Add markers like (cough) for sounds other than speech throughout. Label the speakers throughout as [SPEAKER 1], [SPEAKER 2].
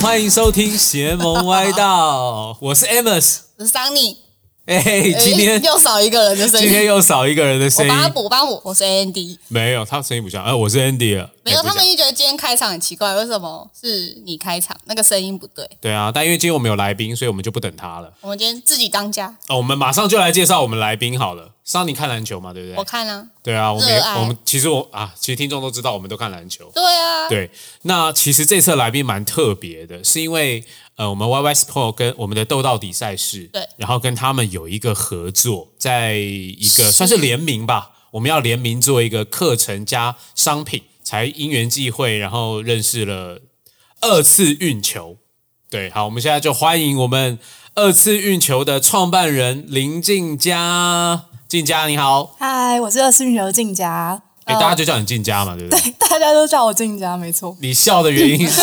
[SPEAKER 1] 欢迎收听邪门歪道，我是 Amos。
[SPEAKER 2] 桑尼，
[SPEAKER 1] 哎、今天
[SPEAKER 2] 诶 (laughs) 又少一个人的声
[SPEAKER 1] 今天
[SPEAKER 2] 音。
[SPEAKER 1] 又少一个人的
[SPEAKER 2] 我
[SPEAKER 1] 声音
[SPEAKER 2] 帮，他补，我帮他补，我是 Andy。
[SPEAKER 1] 没有，他声音不像，哎、我是 Andy 了，
[SPEAKER 2] 没有，
[SPEAKER 1] 哎不
[SPEAKER 2] 他
[SPEAKER 1] 像
[SPEAKER 2] 们就觉得今天开场很奇怪，为什么是你开场？那个声音不对。
[SPEAKER 1] 对啊，但因为今天我们有来宾，所以我们就不等他了。
[SPEAKER 2] 我们今天自己当家，
[SPEAKER 1] 哦，我们马上就来介绍我们来宾好了。桑尼看篮球嘛，对不
[SPEAKER 2] 我
[SPEAKER 1] 对？
[SPEAKER 2] 看啊，
[SPEAKER 1] 对啊，我们也
[SPEAKER 2] 热爱
[SPEAKER 1] 我们其实我啊，其实听众都知道，我们都看篮球。
[SPEAKER 2] 对 (laughs) 啊，
[SPEAKER 1] 对，那其实这次的来宾蛮特别的，是因为呃，我们 YY Sport 跟我们的斗到底赛事，
[SPEAKER 2] 对
[SPEAKER 1] 然后跟他们有一个合作，在一个算是联名吧，我们要联名做一个课程加商品，才因缘际会，然后认识了二次运球。对，好，我们现在就欢迎我们二次运球的创办人林静佳，静佳你好，
[SPEAKER 3] 嗨，我是二次运球的静佳，
[SPEAKER 1] 哎，
[SPEAKER 3] 哎
[SPEAKER 1] 大家就叫你静佳嘛，对不对？
[SPEAKER 3] 大家都叫我静佳，没错，
[SPEAKER 1] 你笑的原因是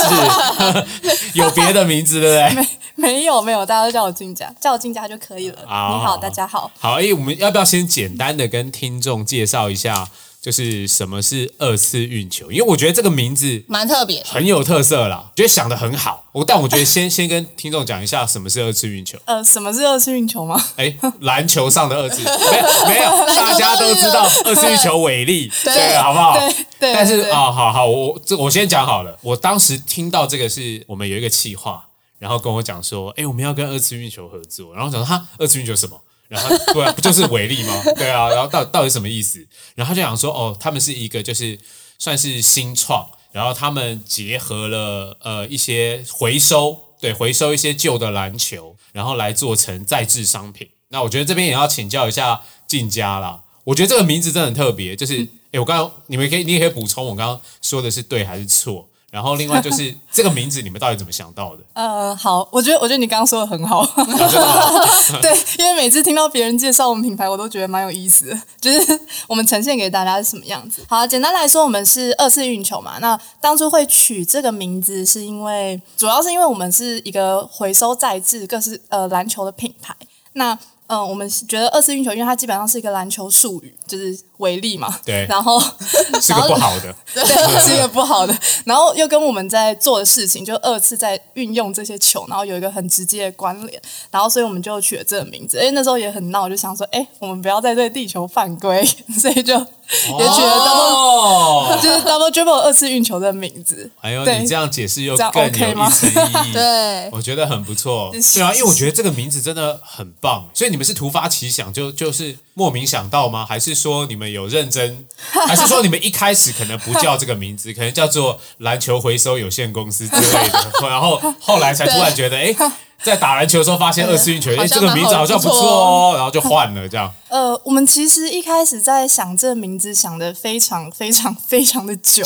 [SPEAKER 1] (laughs) 有别的名字，对不对？
[SPEAKER 3] 没没有没有，大家都叫我静佳，叫我静佳就可以了。
[SPEAKER 1] 好
[SPEAKER 3] 你好，大家好，
[SPEAKER 1] 好，哎、我们要不要先简单的跟听众介绍一下，就是什么是二次运球？因为我觉得这个名字
[SPEAKER 2] 蛮
[SPEAKER 1] (laughs)
[SPEAKER 2] 特别的。
[SPEAKER 1] 很有特色啦，觉得想的很好。我但我觉得先先跟听众讲一下什么是二次运球。
[SPEAKER 3] 呃，什么是二次运球吗？
[SPEAKER 1] 哎，篮球上的二次没有没有，大家都知道二次运球伟力，对，好不好？
[SPEAKER 3] 对对
[SPEAKER 1] 但是
[SPEAKER 3] 对
[SPEAKER 1] 啊、好好，我这我先讲好了。我当时听到这个是我们有一个企划，然后跟我讲说，哎，我们要跟二次运球合作。然后我想说，哈，二次运球什么？然后他对啊，不就是伟力吗？对啊，然后到到底什么意思？然后他就讲说，哦，他们是一个就是算是新创，然后他们结合了呃一些回收，对，回收一些旧的篮球，然后来做成再制商品。那我觉得这边也要请教一下进家啦。我觉得这个名字真的很特别，
[SPEAKER 3] (laughs)
[SPEAKER 1] 就是哎、诶我刚刚你们可以，你也可以补充我刚刚说的是对还是错。然后另外就是这个名字你们到底怎么想到的？
[SPEAKER 3] 呃，好，我觉得我觉得你刚刚说的很
[SPEAKER 1] (laughs)
[SPEAKER 3] 好，
[SPEAKER 1] 啊真的吗
[SPEAKER 3] 对，因为每次听到别人介绍我们品牌，我都觉得蛮有意思的，就是我们呈现给大家是什么样子。好，简单来说，我们是二次运球嘛。那当初会取这个名字，是因为主要是因为我们是一个回收再制各式呃篮球的品牌。那嗯、呃我们觉得二次运球，因为它基本上是一个篮球术语，就是为例嘛。
[SPEAKER 1] 对
[SPEAKER 3] 然后
[SPEAKER 1] 是个不好
[SPEAKER 3] (laughs)
[SPEAKER 1] 的，
[SPEAKER 3] 对，是一个不好的。然后又跟我们在做的事情，就二次在运用这些球，然后有一个很直接的关联。然后所以我们就取了这个名字。哎，那时候也很闹，就想说，哎，我们不要再对地球犯规， (laughs) 所以就也取了 double、
[SPEAKER 1] 哦。
[SPEAKER 3] 就是 double dribble 二次运球的名字。
[SPEAKER 1] 哎呦，
[SPEAKER 3] 对
[SPEAKER 1] 你这样解释又
[SPEAKER 3] 这样
[SPEAKER 1] 更有
[SPEAKER 3] OK
[SPEAKER 1] 一
[SPEAKER 3] 吗
[SPEAKER 1] 层意义。
[SPEAKER 2] 对
[SPEAKER 1] 我觉得很不错。
[SPEAKER 3] 谢谢
[SPEAKER 1] 对啊，因为我觉得这个名字真的很棒。所以你们是突发奇想，就就是莫名想到吗？还是说你们有认真？还是说你们一开始可能不叫这个名字，可能叫做篮球回收有限公司之类的，然后后来才突然觉得，哎，在打篮球的时候发现二次运球，哎，
[SPEAKER 2] 好
[SPEAKER 1] 这
[SPEAKER 2] 像
[SPEAKER 1] 个名字
[SPEAKER 2] 蛮好
[SPEAKER 1] 好像不
[SPEAKER 2] 不错
[SPEAKER 1] 错哦，然后就换了这样。
[SPEAKER 3] 呃，我们其实一开始在想这个名字想的非常非常非常的久，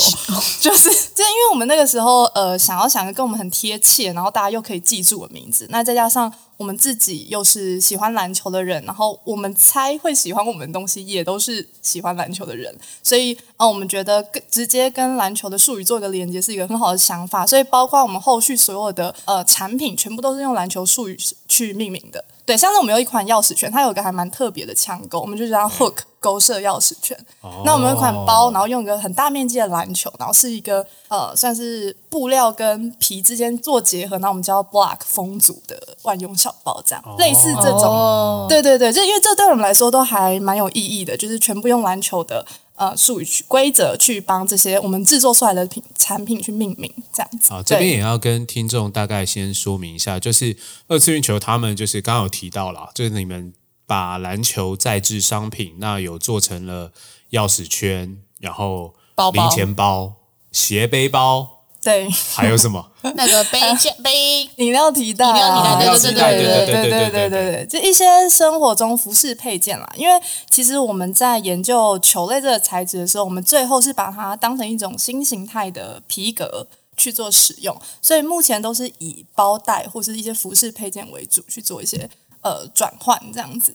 [SPEAKER 3] 就是就因为我们那个时候呃想要想一个跟我们很贴切，然后大家又可以记住的名字，那再加上我们自己又是喜欢篮球的人，然后我们猜会喜欢我们的东西也都是喜欢篮球的人，所以呃我们觉得跟直接跟篮球的术语做一个连接是一个很好的想法，所以包括我们后续所有的呃产品全部都是用篮球术语去命名的。对，像是我们有一款钥匙圈，它有一个还蛮特别的枪钩，我们就叫它 hook 勾射钥匙圈。那我们有一款
[SPEAKER 1] 哦
[SPEAKER 3] 包，然后用一个很大面积的篮球，然后是一个呃，算是布料跟皮之间做结合，那我们叫 block 风阻的万用小包，这样、
[SPEAKER 1] 哦
[SPEAKER 3] 类似这种。对对对，就因为这对我们来说都还蛮有意义的，就是全部用篮球的呃术语去规则去帮这些我们制作出来的品产品去命名，这样子。
[SPEAKER 1] 好，哦这边
[SPEAKER 3] 对
[SPEAKER 1] 也要跟听众大概先说明一下，就是二次运球他们就是刚刚有提到啦，就是你们把篮球再制商品，那有做成了钥匙圈，然后
[SPEAKER 2] 包包
[SPEAKER 1] 零钱包、斜背包，
[SPEAKER 3] 对，
[SPEAKER 1] 还有什么？ (laughs)
[SPEAKER 2] 那个杯架杯
[SPEAKER 3] 饮料提袋啊，
[SPEAKER 2] 饮料提袋
[SPEAKER 3] 对
[SPEAKER 1] 对对
[SPEAKER 3] 对
[SPEAKER 1] 对对对对
[SPEAKER 3] 对对对，就一些生活中服饰配件啦。因为其实我们在研究球类这个材质的时候，我们最后是把它当成一种新形态的皮革去做使用，所以目前都是以包袋或是一些服饰配件为主去做一些呃转换这样子。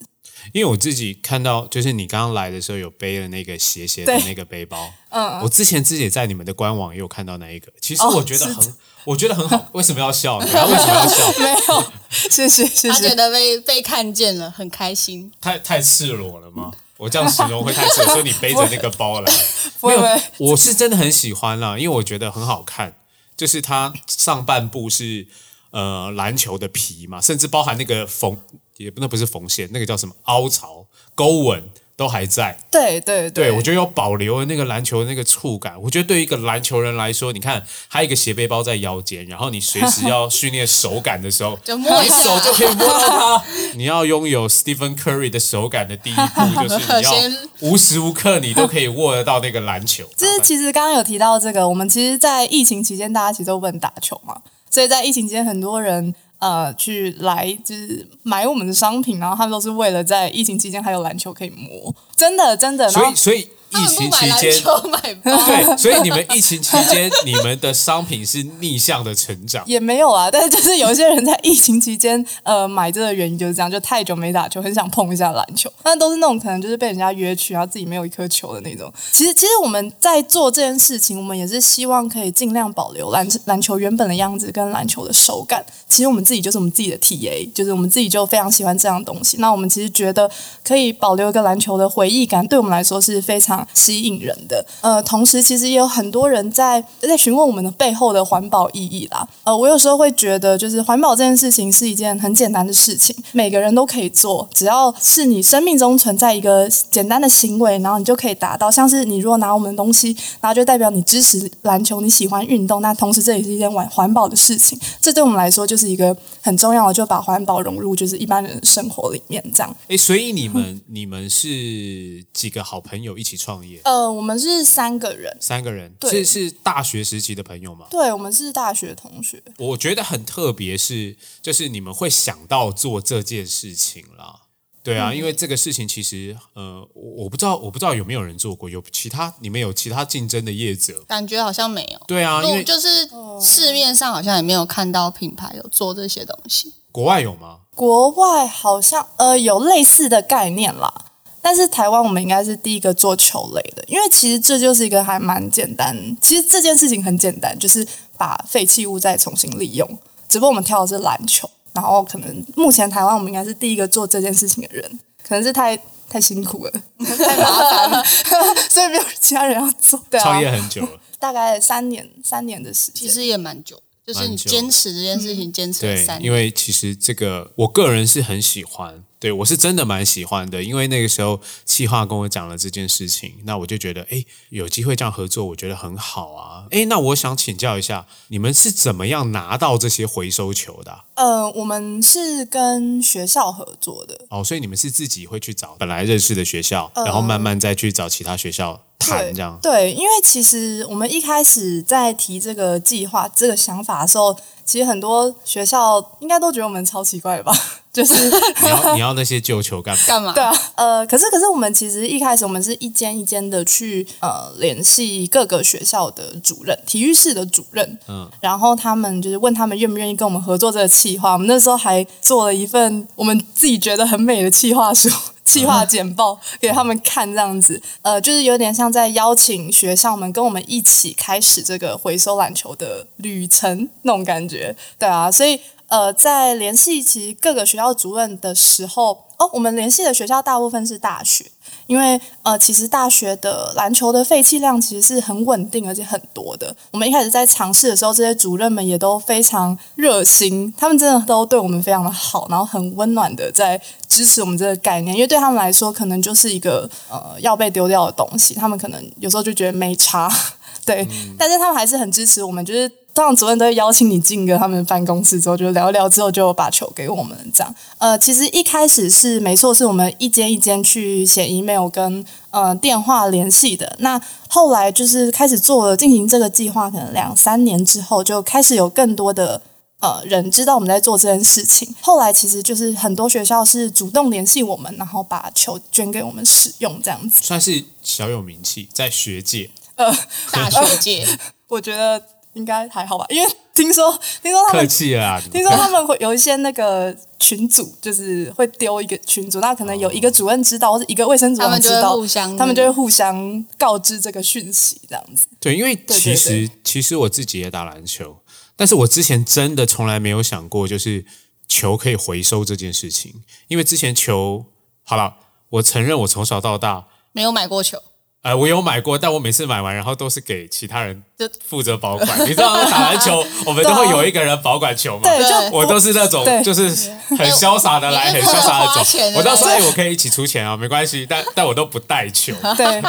[SPEAKER 1] 因为我自己看到，就是你刚刚来的时候有背了那个斜斜的
[SPEAKER 3] 对
[SPEAKER 1] 那个背包，嗯，我之前自己也在你们的官网也有看到那一个，其实
[SPEAKER 3] 哦
[SPEAKER 1] 我觉得
[SPEAKER 3] 是
[SPEAKER 1] 很，我觉得很好，为什么要笑？你 (laughs) 看为什么要笑？
[SPEAKER 3] (laughs) 没有，谢谢谢
[SPEAKER 2] 他觉
[SPEAKER 3] 谢。
[SPEAKER 2] 得被被看见了，很开心。
[SPEAKER 1] 太太赤裸了吗？我这样形容会太赤裸， (laughs) 所以你背着那个包来。
[SPEAKER 3] 不会不会
[SPEAKER 1] 啊我是真的很喜欢啦，因为我觉得很好看。就是它上半部是呃篮球的皮嘛，甚至包含那个缝，也不那不是缝线，那个叫什么凹槽、沟纹都还在。
[SPEAKER 3] 对啊对
[SPEAKER 1] 对，我觉得要保留那个篮球的那个触感。我觉得对于一个篮球人来说，你看，还有一个斜背包在腰间，然后你随时要训练手感的时候，
[SPEAKER 2] 就摸一
[SPEAKER 1] 你
[SPEAKER 2] 下
[SPEAKER 1] 手 (laughs) 就可以摸到它。 (laughs) 你要拥有 Stephen Curry 的手感的第一步，就是你要
[SPEAKER 2] (laughs) 先
[SPEAKER 1] 无时无刻你都可以握得到那个篮球。
[SPEAKER 3] 就是其实刚刚有提到这个，我们其实，在疫情期间，大家其实都不能打球嘛，所以在疫情期间，很多人呃去来就是买我们的商品，然后他们都是为了在疫情期间还有篮球可以摸，真的真的。然
[SPEAKER 1] 所
[SPEAKER 3] 后
[SPEAKER 1] 以，所以
[SPEAKER 2] 他
[SPEAKER 1] 疫
[SPEAKER 2] 们不
[SPEAKER 1] 情
[SPEAKER 2] 买
[SPEAKER 1] 期
[SPEAKER 2] 篮
[SPEAKER 1] 间，
[SPEAKER 2] 球，买
[SPEAKER 1] (laughs)
[SPEAKER 2] 包。
[SPEAKER 1] 对，所以你们疫情期间，你们的商品是逆向的成
[SPEAKER 2] (laughs)
[SPEAKER 1] 长。
[SPEAKER 3] 也没有啊，但是就是有一些人在疫情期间，呃，买这个原因就是这样，就太久没打球，很想碰一下篮球。但都是那种可能就是被人家约去，然后自己没有一颗球的那种。其实，其实我们在做这件事情，我们也是希望可以尽量保留篮篮球原本的样子跟篮球的手感。其实我们自己就是我们自己的 TA，就是我们自己就非常喜欢这样的东西。那我们其实觉得可以保留一个篮球的回忆感，对我们来说是非常吸引人的。呃，同时其实也有很多人在在询问我们的背后的环保意义啦。呃，我有时候会觉得，就是环保这件事情是一件很简单的事情，每个人都可以做，只要是你生命中存在一个简单的行为，然后你就可以达到。像是你如果拿我们的东西，然后就代表你支持篮球，你喜欢运动，那同时这也是一件环环保的事情。这对我们来说就是一个很重要的，就把环保融入就是一般人的生活里面这样。
[SPEAKER 1] 哎，所以你们你们是几个好朋友一起创业？
[SPEAKER 3] 呃，我们是三个人，
[SPEAKER 1] 三个人
[SPEAKER 3] 对
[SPEAKER 1] 是是大学时期的朋友吗？
[SPEAKER 3] 对，我们是大学同学。
[SPEAKER 1] 我觉得很特别是，就是你们会想到做这件事情啦。对
[SPEAKER 2] 嗯
[SPEAKER 1] 啊，因为这个事情其实，呃，我我不知道，我不知道有没有人做过，有其他你们有其他竞争的业者？
[SPEAKER 2] 感觉好像没有。
[SPEAKER 1] 对啊，因
[SPEAKER 2] 我
[SPEAKER 1] 为
[SPEAKER 2] 就是市面上好像也没有看到品牌有做这些东西，
[SPEAKER 1] 国外有吗？
[SPEAKER 3] 国外好像呃有类似的概念啦，但是台湾我们应该是第一个做球类的，因为其实这就是一个还蛮简单，其实这件事情很简单，就是把废弃物再重新利用，只不过我们跳的是篮球，然后可能目前台湾我们应该是第一个做这件事情的人，可能是太太辛
[SPEAKER 1] (laughs)
[SPEAKER 3] 苦了，太麻烦了，所以没有其他人要做，对
[SPEAKER 1] 创
[SPEAKER 3] 啊 (laughs)
[SPEAKER 1] 业，很久
[SPEAKER 2] (laughs)
[SPEAKER 1] 了，
[SPEAKER 3] 大概三年三年的时
[SPEAKER 2] 其
[SPEAKER 3] 间，
[SPEAKER 2] 实也蛮久，就是你
[SPEAKER 1] 蛮久嗯
[SPEAKER 2] 坚持这件事情坚持了
[SPEAKER 1] 对
[SPEAKER 2] 三，年，
[SPEAKER 1] 因为其实这个我个人是很喜欢，对我是真的蛮喜欢的，因为那个时候企划跟我讲了这件事情，那我就觉得，哎，有机会这样合作，我觉得很好啊。哎，那我想请教一下，你们是怎么样拿到这些回收球的啊、
[SPEAKER 3] 呃，我们是跟学校合作的，
[SPEAKER 1] 哦，所以你们是自己会去找本来认识的学校，然后慢慢再去找其他学校谈这样。
[SPEAKER 3] 呃对，因为其实我们一开始在提这个计划、这个想法的时候，其实很多学校应该都觉得我们超奇怪的吧， (laughs) 就是
[SPEAKER 1] 你要你要那些旧球干嘛？
[SPEAKER 2] 干嘛？
[SPEAKER 3] (laughs) 对啊，呃，可是可是我们其实一开始我们是一间一间的去呃联系各个学校的主任，体育室的主任，
[SPEAKER 1] 嗯
[SPEAKER 3] 嗯，然后他们就是问他们愿不愿意跟我们合作这个企划，我们那时候还做了一份我们自己觉得很美的企划书。 (laughs) 企划简报给他们看，这样子，呃，就是有点像在邀请学校们跟我们一起开始这个回收篮球的旅程那种感觉，对啊，所以呃，在联系其实各个学校主任的时候，哦，我们联系的学校大部分是大学，因为呃，其实大学的篮球的废弃量其实是很稳定而且很多的。我们一开始在尝试的时候，这些主任们也都非常热心，他们真的都对我们非常的好，然后很温暖的在支持我们这个概念，因为对他们来说，可能就是一个呃要被丢掉的东西，他们可能有时候就觉得没差，对，但是他们还是很支持我们，就是。通常主任都会邀请你进个他们办公室之后，就聊一聊之后就把球给我们这样。呃，其实一开始是没错，是我们一间一间去写 email 跟呃电话联系的。那后来就是开始做了进行这个计划，可能两三年之后就开始有更多的呃人知道我们在做这件事情。后来其实就是很多学校是主动联系我们，然后把球捐给我们使用这样子。呃
[SPEAKER 1] 算是小有名气，在学界
[SPEAKER 2] 大学
[SPEAKER 1] (laughs)
[SPEAKER 2] 界
[SPEAKER 3] 我觉得应该还好吧，因为听说 (laughs) 听说他
[SPEAKER 1] 客
[SPEAKER 3] 们
[SPEAKER 1] 气啦。你
[SPEAKER 3] 听哦说他们会有一些那个群组，就是会丢一个群组，那可能有一个主任知道，或者一个卫生主
[SPEAKER 2] 他
[SPEAKER 3] 任
[SPEAKER 2] 们
[SPEAKER 3] 知
[SPEAKER 2] 就会
[SPEAKER 3] 道，
[SPEAKER 2] 互相
[SPEAKER 3] 他们就会互相告知这个讯息，这样子。
[SPEAKER 1] 对，因为
[SPEAKER 3] 对
[SPEAKER 1] 其实
[SPEAKER 3] 对
[SPEAKER 1] 其实我自己也打篮球，但是我之前真的从来没有想过，就是球可以回收这件事情，因为之前球好了，我承认我从小到大
[SPEAKER 2] 没有买过球，
[SPEAKER 1] 呃，我有买过，但我每次买完，然后都是给其他人
[SPEAKER 2] 就
[SPEAKER 1] 负责保管。你知道，打篮球我们都会有一个人保管球嘛？
[SPEAKER 3] 对，
[SPEAKER 2] 对
[SPEAKER 3] 就
[SPEAKER 1] 我都是那种
[SPEAKER 3] 对
[SPEAKER 1] 就是很潇洒的来，
[SPEAKER 2] 你
[SPEAKER 1] 很
[SPEAKER 2] 是
[SPEAKER 1] 潇洒的
[SPEAKER 2] 花
[SPEAKER 1] 走。
[SPEAKER 2] 钱的
[SPEAKER 1] 我到时候
[SPEAKER 2] 那
[SPEAKER 1] 哎，我可以一起出钱啊，没关系，但但我都不带球，
[SPEAKER 3] (laughs) 对，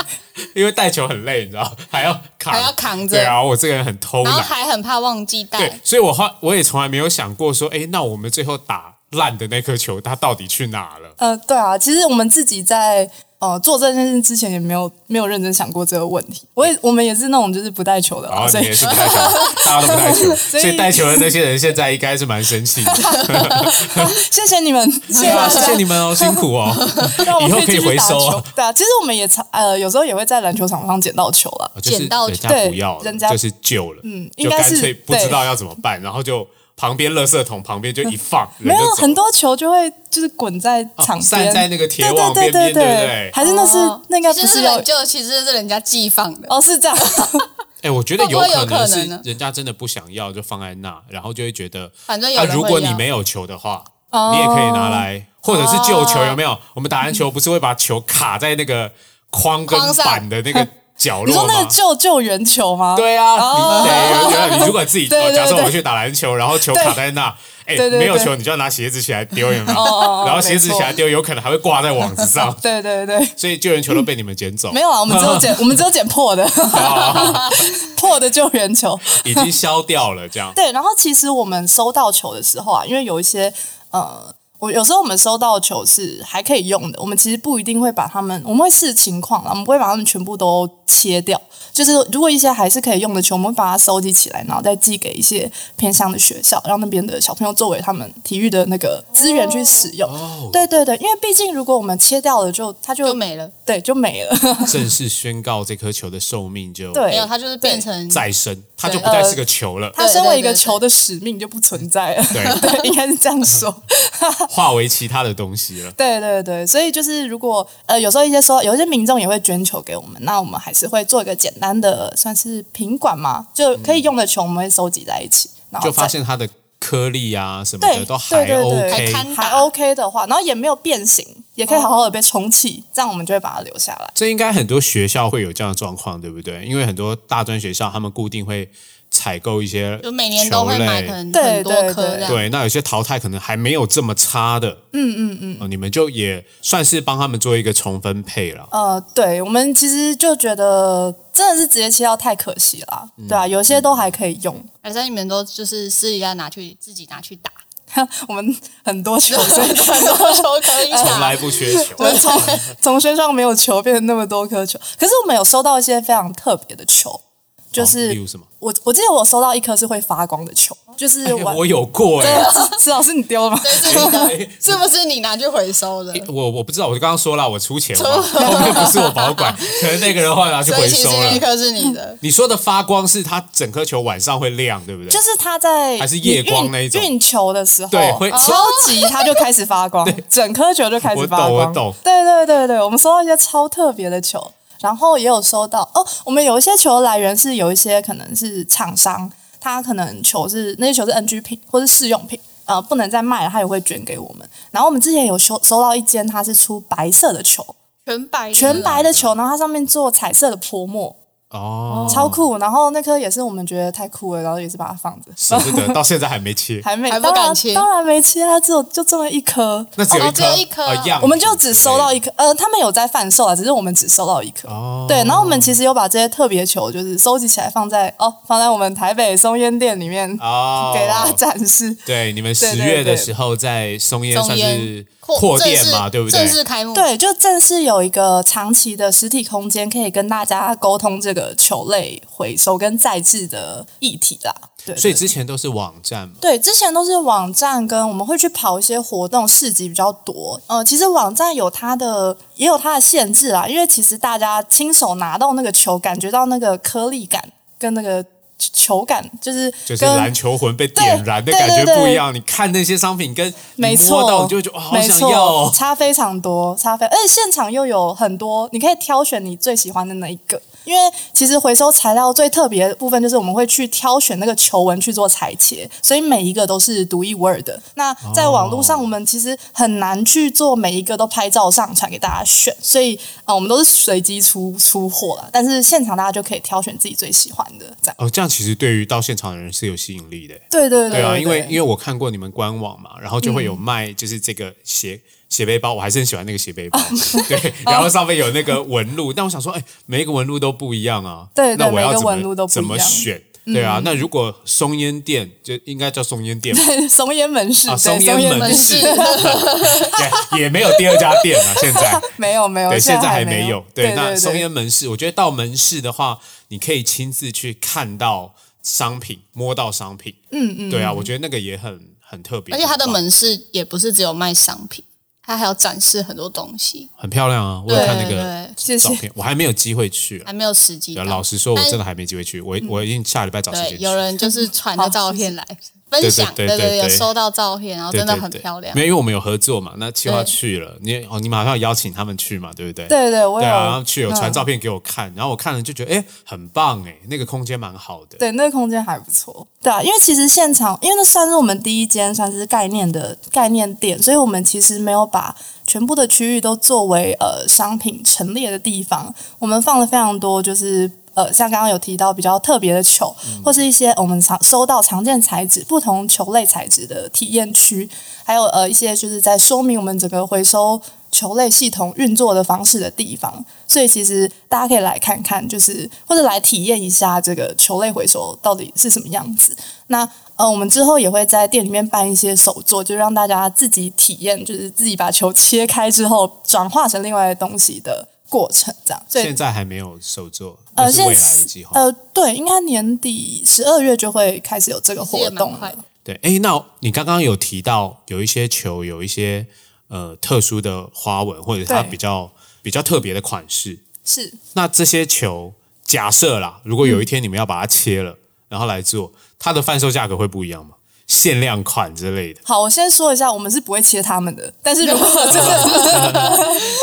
[SPEAKER 1] 因为带球很累，你知道，还要扛，
[SPEAKER 2] 还要扛着
[SPEAKER 1] 对啊，我这个人很偷
[SPEAKER 2] 然后
[SPEAKER 1] 懒，
[SPEAKER 2] 还很怕忘记
[SPEAKER 1] 对
[SPEAKER 2] 带，，
[SPEAKER 1] 所以我后我也从来没有想过说，哎，那我们最后打烂的那颗球，它到底去哪了？
[SPEAKER 3] 呃，对啊，其实我们自己在呃做这件事之前也没有没有认真想过这个问题。我也我们也是那种就是不带球的
[SPEAKER 1] 然
[SPEAKER 2] 哦
[SPEAKER 3] 啦，
[SPEAKER 1] 后
[SPEAKER 3] 所
[SPEAKER 1] 哦你
[SPEAKER 3] 以
[SPEAKER 1] 也是不带球，大家都不带
[SPEAKER 2] (laughs)
[SPEAKER 1] 球，所
[SPEAKER 3] 以
[SPEAKER 1] 以带球的那些人现在应该是蛮生气的。
[SPEAKER 3] (laughs) 谢谢你们，谢
[SPEAKER 1] 对啊， (laughs) 谢
[SPEAKER 3] 谢
[SPEAKER 1] 谢你
[SPEAKER 3] (laughs)
[SPEAKER 1] 们哦，辛苦哦，
[SPEAKER 3] 们，让我
[SPEAKER 1] 以后
[SPEAKER 3] 们
[SPEAKER 1] 可以
[SPEAKER 3] 继续
[SPEAKER 1] 回
[SPEAKER 3] 打
[SPEAKER 1] 收
[SPEAKER 3] 球
[SPEAKER 1] 哦。。
[SPEAKER 3] 对啊，其实我们也常呃有时候也会在篮球场上捡到球啦。
[SPEAKER 1] 哦就是
[SPEAKER 2] 捡到
[SPEAKER 1] 人家
[SPEAKER 3] 对
[SPEAKER 1] 不要了，
[SPEAKER 3] 人家
[SPEAKER 1] 就是旧了，嗯
[SPEAKER 3] 应
[SPEAKER 1] 就
[SPEAKER 3] 该
[SPEAKER 1] 干
[SPEAKER 3] 是
[SPEAKER 1] 脆不知道要怎么办，然后就旁边垃圾桶旁边就一
[SPEAKER 3] (laughs)
[SPEAKER 1] 放，
[SPEAKER 3] 没
[SPEAKER 1] 人
[SPEAKER 3] 有
[SPEAKER 1] 就走
[SPEAKER 3] 很多球就会就是滚在场
[SPEAKER 1] 哦散
[SPEAKER 3] 边，
[SPEAKER 1] 在那个铁网
[SPEAKER 3] 对对对
[SPEAKER 1] 边边对不对
[SPEAKER 3] 对，还是那是
[SPEAKER 2] 哦
[SPEAKER 3] 那应该
[SPEAKER 2] 其
[SPEAKER 3] 不
[SPEAKER 2] 实
[SPEAKER 3] 是
[SPEAKER 2] 是
[SPEAKER 3] 要
[SPEAKER 2] 人就其实是人家寄放的，
[SPEAKER 3] 哦是
[SPEAKER 1] (laughs)
[SPEAKER 3] 这样，
[SPEAKER 1] 哎，我觉得
[SPEAKER 2] 会不会有
[SPEAKER 1] 能
[SPEAKER 2] 可能
[SPEAKER 1] 是
[SPEAKER 2] 呢
[SPEAKER 1] 人家真的不想要，就放在那，然后就会觉得，
[SPEAKER 2] 反正有人
[SPEAKER 1] 啊
[SPEAKER 2] 会
[SPEAKER 1] 如果你
[SPEAKER 2] 要
[SPEAKER 1] 没有球的话，
[SPEAKER 3] 哦
[SPEAKER 1] 你也可以拿来，或者是旧球有没有？我们打篮球不是会把球卡在那个框跟
[SPEAKER 2] 框上
[SPEAKER 1] 板的那个角
[SPEAKER 3] (laughs) 你
[SPEAKER 1] 落
[SPEAKER 3] 说那
[SPEAKER 1] 吗
[SPEAKER 3] 个？救救援球吗？
[SPEAKER 1] 对啊，你得有
[SPEAKER 3] (laughs)
[SPEAKER 1] 有你如果自己
[SPEAKER 3] 对
[SPEAKER 1] 哦
[SPEAKER 3] 哦对
[SPEAKER 1] 假设我
[SPEAKER 3] 对
[SPEAKER 1] 们去打篮球，然后球
[SPEAKER 3] 对
[SPEAKER 1] 卡在那，哎，
[SPEAKER 3] 对对
[SPEAKER 1] 没有
[SPEAKER 3] 对
[SPEAKER 1] 球你就要拿鞋子起来丢，有没有？
[SPEAKER 3] 哦哦
[SPEAKER 1] 然后鞋子起来
[SPEAKER 3] 没错，
[SPEAKER 1] 丢，有可能还会挂在网子上
[SPEAKER 3] (laughs) 对对对，
[SPEAKER 1] 所以救援球都被你们捡走，
[SPEAKER 3] 没有啊，我们只
[SPEAKER 1] (laughs)
[SPEAKER 3] 有捡我们只有捡破的
[SPEAKER 1] 哦
[SPEAKER 3] (laughs) 破的救援球。
[SPEAKER 1] 已经消掉了这样。
[SPEAKER 3] 对，然后其实我们收到球的时候啊，因为有一些呃，我有时候我们收到球是还可以用的，我们其实不一定会把它们，我们会视情况啦，我们不会把它们全部都切掉。就是如果一些还是可以用的球，我们会把它收集起来，然后再寄给一些偏乡的学校，让那边的小朋友作为他们体育的那个资源去使用。对对对，因为毕竟如果我们切掉了就，它就
[SPEAKER 2] 就没了。
[SPEAKER 3] (laughs) 对就没了。 (laughs)
[SPEAKER 1] 正式宣告这颗球的寿命就
[SPEAKER 3] 对
[SPEAKER 2] 没有，它就是变成
[SPEAKER 1] 再生，它就不再是个球了，
[SPEAKER 3] 他身为一个
[SPEAKER 2] 对对对对
[SPEAKER 3] 球的使命就不存在了，
[SPEAKER 1] 对
[SPEAKER 3] 应该是这样说。
[SPEAKER 1] 化为其他的东西了。
[SPEAKER 3] 对对对，所以就是如果呃有时候一些说有一些民众也会捐球给我们，那我们还是会做一个简单的算是品管嘛，就可以用的球我们会收集在一起，然
[SPEAKER 1] 嗯
[SPEAKER 3] 后
[SPEAKER 1] 就发
[SPEAKER 3] 再
[SPEAKER 1] 现它的颗粒啊什么
[SPEAKER 3] 对
[SPEAKER 1] 的都还
[SPEAKER 3] 对对对
[SPEAKER 1] OK，
[SPEAKER 2] 还堪
[SPEAKER 3] 还 OK 的话，然后也没有变形，也
[SPEAKER 1] 哦
[SPEAKER 3] 可以好好的被充气，这样我们就会把它留下来。
[SPEAKER 1] 这应该很多学校会有这样的状况，对不对？因为很多大专学校他们固定会采购一些
[SPEAKER 2] 就每年都会买
[SPEAKER 1] 球类
[SPEAKER 2] 很
[SPEAKER 3] 对
[SPEAKER 2] 很多
[SPEAKER 3] 对
[SPEAKER 2] 颗
[SPEAKER 3] 对
[SPEAKER 2] 这样。
[SPEAKER 1] 对，那有些淘汰可能还没有这么差的，嗯嗯嗯、你们就也算是帮他们做一个重分配了。
[SPEAKER 3] 呃，对，我们其实就觉得真的是直接切到太可惜了，
[SPEAKER 1] 嗯
[SPEAKER 3] 对啊，有些都还可以用， (laughs)
[SPEAKER 2] 还是你们都就是私底下拿去自己拿去打，
[SPEAKER 3] 我们很多
[SPEAKER 1] (laughs)
[SPEAKER 3] 球，所以
[SPEAKER 2] 很多球可以
[SPEAKER 1] 从
[SPEAKER 2] 打。
[SPEAKER 1] 来不缺球
[SPEAKER 2] (laughs)
[SPEAKER 3] 我，们从 (laughs) 从身上没有球变成那么多颗球，可是我们有收到一些非常特别的球，就是、
[SPEAKER 1] 哦例如什么？
[SPEAKER 3] 我我记得我收到一颗是会发光的球，就是啊
[SPEAKER 1] 哎
[SPEAKER 3] 玩。
[SPEAKER 1] 我有过哎、
[SPEAKER 2] 啊
[SPEAKER 3] 是是老师你丢了吗？
[SPEAKER 1] 哎
[SPEAKER 2] 是不是你拿去回
[SPEAKER 1] (laughs)
[SPEAKER 2] 收的？
[SPEAKER 1] 我我不知道，我刚刚说了，我出钱嘛，后面不是我保
[SPEAKER 2] (laughs)
[SPEAKER 1] 管，可能那个人后来拿去
[SPEAKER 2] 所
[SPEAKER 1] 回
[SPEAKER 2] 以其实
[SPEAKER 1] 收
[SPEAKER 2] 那
[SPEAKER 1] 了。
[SPEAKER 2] 颗是你的，
[SPEAKER 1] 你说的发光是它整颗球晚上会亮，对不对？
[SPEAKER 3] 就是他在
[SPEAKER 1] 还是夜光那一种
[SPEAKER 3] 运运球的时候，
[SPEAKER 1] 对会哦
[SPEAKER 3] 收集它就开始
[SPEAKER 1] (laughs)
[SPEAKER 3] 发光，整颗球就开始发光。
[SPEAKER 1] 我懂我懂
[SPEAKER 3] 对对对对，我们收到一些超特别的球，然后也有收到哦，我们有一些球来源是有一些可能是厂商，他可能球是那些球是 NG 品或是试用品。呃，不能再卖了，他也会捐给我们。然后我们之前有收收到一间，它是出白色的球，
[SPEAKER 2] 全白
[SPEAKER 3] 全白的
[SPEAKER 1] 嗯
[SPEAKER 3] 球，然后它上面做彩色的泼墨，
[SPEAKER 1] 哦，
[SPEAKER 3] 超酷。然后那颗也是我们觉得太酷了，然后也是把它放着。
[SPEAKER 1] 舍不得，到现在还没切，
[SPEAKER 3] 还没，
[SPEAKER 2] 还不
[SPEAKER 3] 当然
[SPEAKER 2] 敢切
[SPEAKER 3] 当然没切啊，只有就这么一颗，
[SPEAKER 1] 那只有一
[SPEAKER 2] 哦只有一
[SPEAKER 1] 颗，
[SPEAKER 2] 颗
[SPEAKER 1] 哦样品
[SPEAKER 3] 我们就只收到一颗，呃，他们有在贩售啊，只是我们只收到一颗。
[SPEAKER 1] 哦
[SPEAKER 3] 对，然后我们其实有把这些特别球就是收集起来，放在哦，放在我们台北松烟店里面、
[SPEAKER 1] 哦，
[SPEAKER 3] 给大家展示。
[SPEAKER 1] 对，你们
[SPEAKER 3] 对
[SPEAKER 1] 十
[SPEAKER 3] 对
[SPEAKER 1] 月的
[SPEAKER 3] 对
[SPEAKER 1] 时候在松烟
[SPEAKER 2] 松
[SPEAKER 1] 算是
[SPEAKER 2] 烟
[SPEAKER 1] 扩
[SPEAKER 2] 正
[SPEAKER 1] 店
[SPEAKER 2] 式
[SPEAKER 1] 嘛，对不对
[SPEAKER 2] 正？式开幕，
[SPEAKER 3] 对，就正式有一个长期的实体空间，可以跟大家沟通这个球类回收跟再制的议题啦。对，
[SPEAKER 1] 所以
[SPEAKER 3] 对
[SPEAKER 1] 之前都是网站嘛，
[SPEAKER 3] 对，之前都是网站跟我们会去跑一些活动市集比较多。呃，其实网站有它的也有它的限制啦，因为其实大家亲手拿到那个球，感觉到那个颗粒感跟那个球感，就是
[SPEAKER 1] 就是
[SPEAKER 3] 跟
[SPEAKER 1] 篮球魂被点燃的
[SPEAKER 3] 对
[SPEAKER 1] 感觉
[SPEAKER 3] 对对
[SPEAKER 1] 不一样。你看那些商品跟你
[SPEAKER 3] 没
[SPEAKER 1] 摸
[SPEAKER 3] 错，
[SPEAKER 1] 到，你就会觉得哇，好
[SPEAKER 3] 没
[SPEAKER 1] 想
[SPEAKER 3] 错
[SPEAKER 1] 要哦。
[SPEAKER 3] 差非常多，差非，而且现场又有很多，你可以挑选你最喜欢的那一个。因为其实回收材料最特别的部分就是我们会去挑选那个球纹去做裁切，所以每一个都是独一无二的。那在网络
[SPEAKER 1] 哦
[SPEAKER 3] 上，我们其实很难去做每一个都拍照上传给大家选，所以呃，我们都是随机出出货了。但是现场大家就可以挑选自己最喜欢的，这样。
[SPEAKER 1] 哦，这样其实对于到现场的人是有吸引力的。
[SPEAKER 3] 对对
[SPEAKER 1] 对
[SPEAKER 3] 对嗯
[SPEAKER 1] 啊，因为因为
[SPEAKER 3] 为
[SPEAKER 1] 我看过你们官网嘛，然后就会有卖就是这个斜斜背包，我还是很喜欢那个斜背
[SPEAKER 3] 哦
[SPEAKER 1] 包。 (laughs) 对，然后上面有那个纹路，但我想说，哎，每一个纹路都不一样啊。
[SPEAKER 3] 对对
[SPEAKER 1] 那我要
[SPEAKER 3] 每个
[SPEAKER 1] 怎么
[SPEAKER 3] 纹路都不一
[SPEAKER 1] 怎
[SPEAKER 3] 样嗯
[SPEAKER 1] 么选？对啊，那如果松烟店就应该叫松烟
[SPEAKER 3] (laughs)
[SPEAKER 1] 店吧。
[SPEAKER 3] 松烟门市，
[SPEAKER 1] 啊，
[SPEAKER 3] 对松
[SPEAKER 1] 烟
[SPEAKER 3] 烟
[SPEAKER 1] 门
[SPEAKER 3] 市
[SPEAKER 1] 市也也没有第二家店了，现
[SPEAKER 3] (laughs)
[SPEAKER 1] 在。
[SPEAKER 3] 没有没有，
[SPEAKER 1] 对，现在还
[SPEAKER 3] 还
[SPEAKER 1] 没有。
[SPEAKER 3] 对，
[SPEAKER 1] 对，那
[SPEAKER 3] 对
[SPEAKER 1] 松烟门市，我觉得到门市的话，你可以亲自去看到商品，摸到商品。嗯嗯，对啊，我觉得那个也很很特别，
[SPEAKER 2] 而且它的
[SPEAKER 1] 很棒
[SPEAKER 2] 门市也不是只有卖商品，它还有展示很多东西。
[SPEAKER 1] 很漂亮啊，我有
[SPEAKER 2] 对
[SPEAKER 1] 看那
[SPEAKER 2] 对
[SPEAKER 1] 个
[SPEAKER 2] 对，
[SPEAKER 3] 谢谢
[SPEAKER 1] 照。片，我还没有机会去啊。
[SPEAKER 2] 还没有时机
[SPEAKER 1] 对
[SPEAKER 2] 到。
[SPEAKER 1] 啊老实说，我
[SPEAKER 2] 但嗯
[SPEAKER 1] 真的还没机会去，我我一定下礼拜找时
[SPEAKER 2] 对
[SPEAKER 1] 间，去。
[SPEAKER 2] 有人就是传着
[SPEAKER 1] (laughs)
[SPEAKER 2] 照片来分享，
[SPEAKER 1] 对
[SPEAKER 2] 对
[SPEAKER 1] 对对对
[SPEAKER 2] 有
[SPEAKER 1] 对
[SPEAKER 2] 收到照片，然后
[SPEAKER 1] 对
[SPEAKER 2] 真的
[SPEAKER 1] 对
[SPEAKER 2] 很
[SPEAKER 1] 对
[SPEAKER 2] 漂亮
[SPEAKER 1] 没。有，因为我们有合作嘛，那计划
[SPEAKER 2] 对
[SPEAKER 1] 去了，你哦，你马上邀请他们去嘛，对不对？
[SPEAKER 3] 对对，我
[SPEAKER 1] 对
[SPEAKER 3] 有、
[SPEAKER 1] 啊，然后去有传
[SPEAKER 3] 嗯
[SPEAKER 1] 照片给我看，然后我看了就觉得，哎，很棒哎，那个空间蛮好的。
[SPEAKER 3] 对，那个空间还不错。对啊，因为其实现场，因为那算是我们第一间算是概念的概念店，所以我们其实没有把全部的区域都作为呃商品陈列的地方，我们放了非常多就是。呃，像刚刚有提到比较特别的球，
[SPEAKER 1] 嗯
[SPEAKER 3] 或是一些我们常收到常见材质、不同球类材质的体验区，还有呃一些就是在说明我们整个回收球类系统运作的方式的地方，所以其实大家可以来看看，就是或者来体验一下这个球类回收到底是什么样子。那呃，我们之后也会在店里面办一些手作，就让大家自己体验，就是自己把球切开之后转化成另外的东西的过程，这样。所以
[SPEAKER 1] 现在还没有手作，
[SPEAKER 3] 呃，
[SPEAKER 1] 那是
[SPEAKER 3] 现
[SPEAKER 1] 未来的计划。
[SPEAKER 3] 呃，对，应该年底十二月就会开始有这个
[SPEAKER 2] 其实
[SPEAKER 3] 活
[SPEAKER 2] 也
[SPEAKER 3] 动
[SPEAKER 2] 蛮快
[SPEAKER 3] 了 (laughs)
[SPEAKER 2] 的。，
[SPEAKER 1] 对，哎，那你刚刚有提到有一些球，有一些呃特殊的花纹，或者它
[SPEAKER 3] 对
[SPEAKER 1] 比较比较特别的款式。
[SPEAKER 3] 是，
[SPEAKER 1] 那这些球，假设啦，如果有一天你们要把它切了，然后来做，它的贩售价格会不一样吗？限量款之类的
[SPEAKER 3] 好，我先说一下，我们是不会切他们的，但是如果真
[SPEAKER 2] (laughs)
[SPEAKER 3] (laughs) 的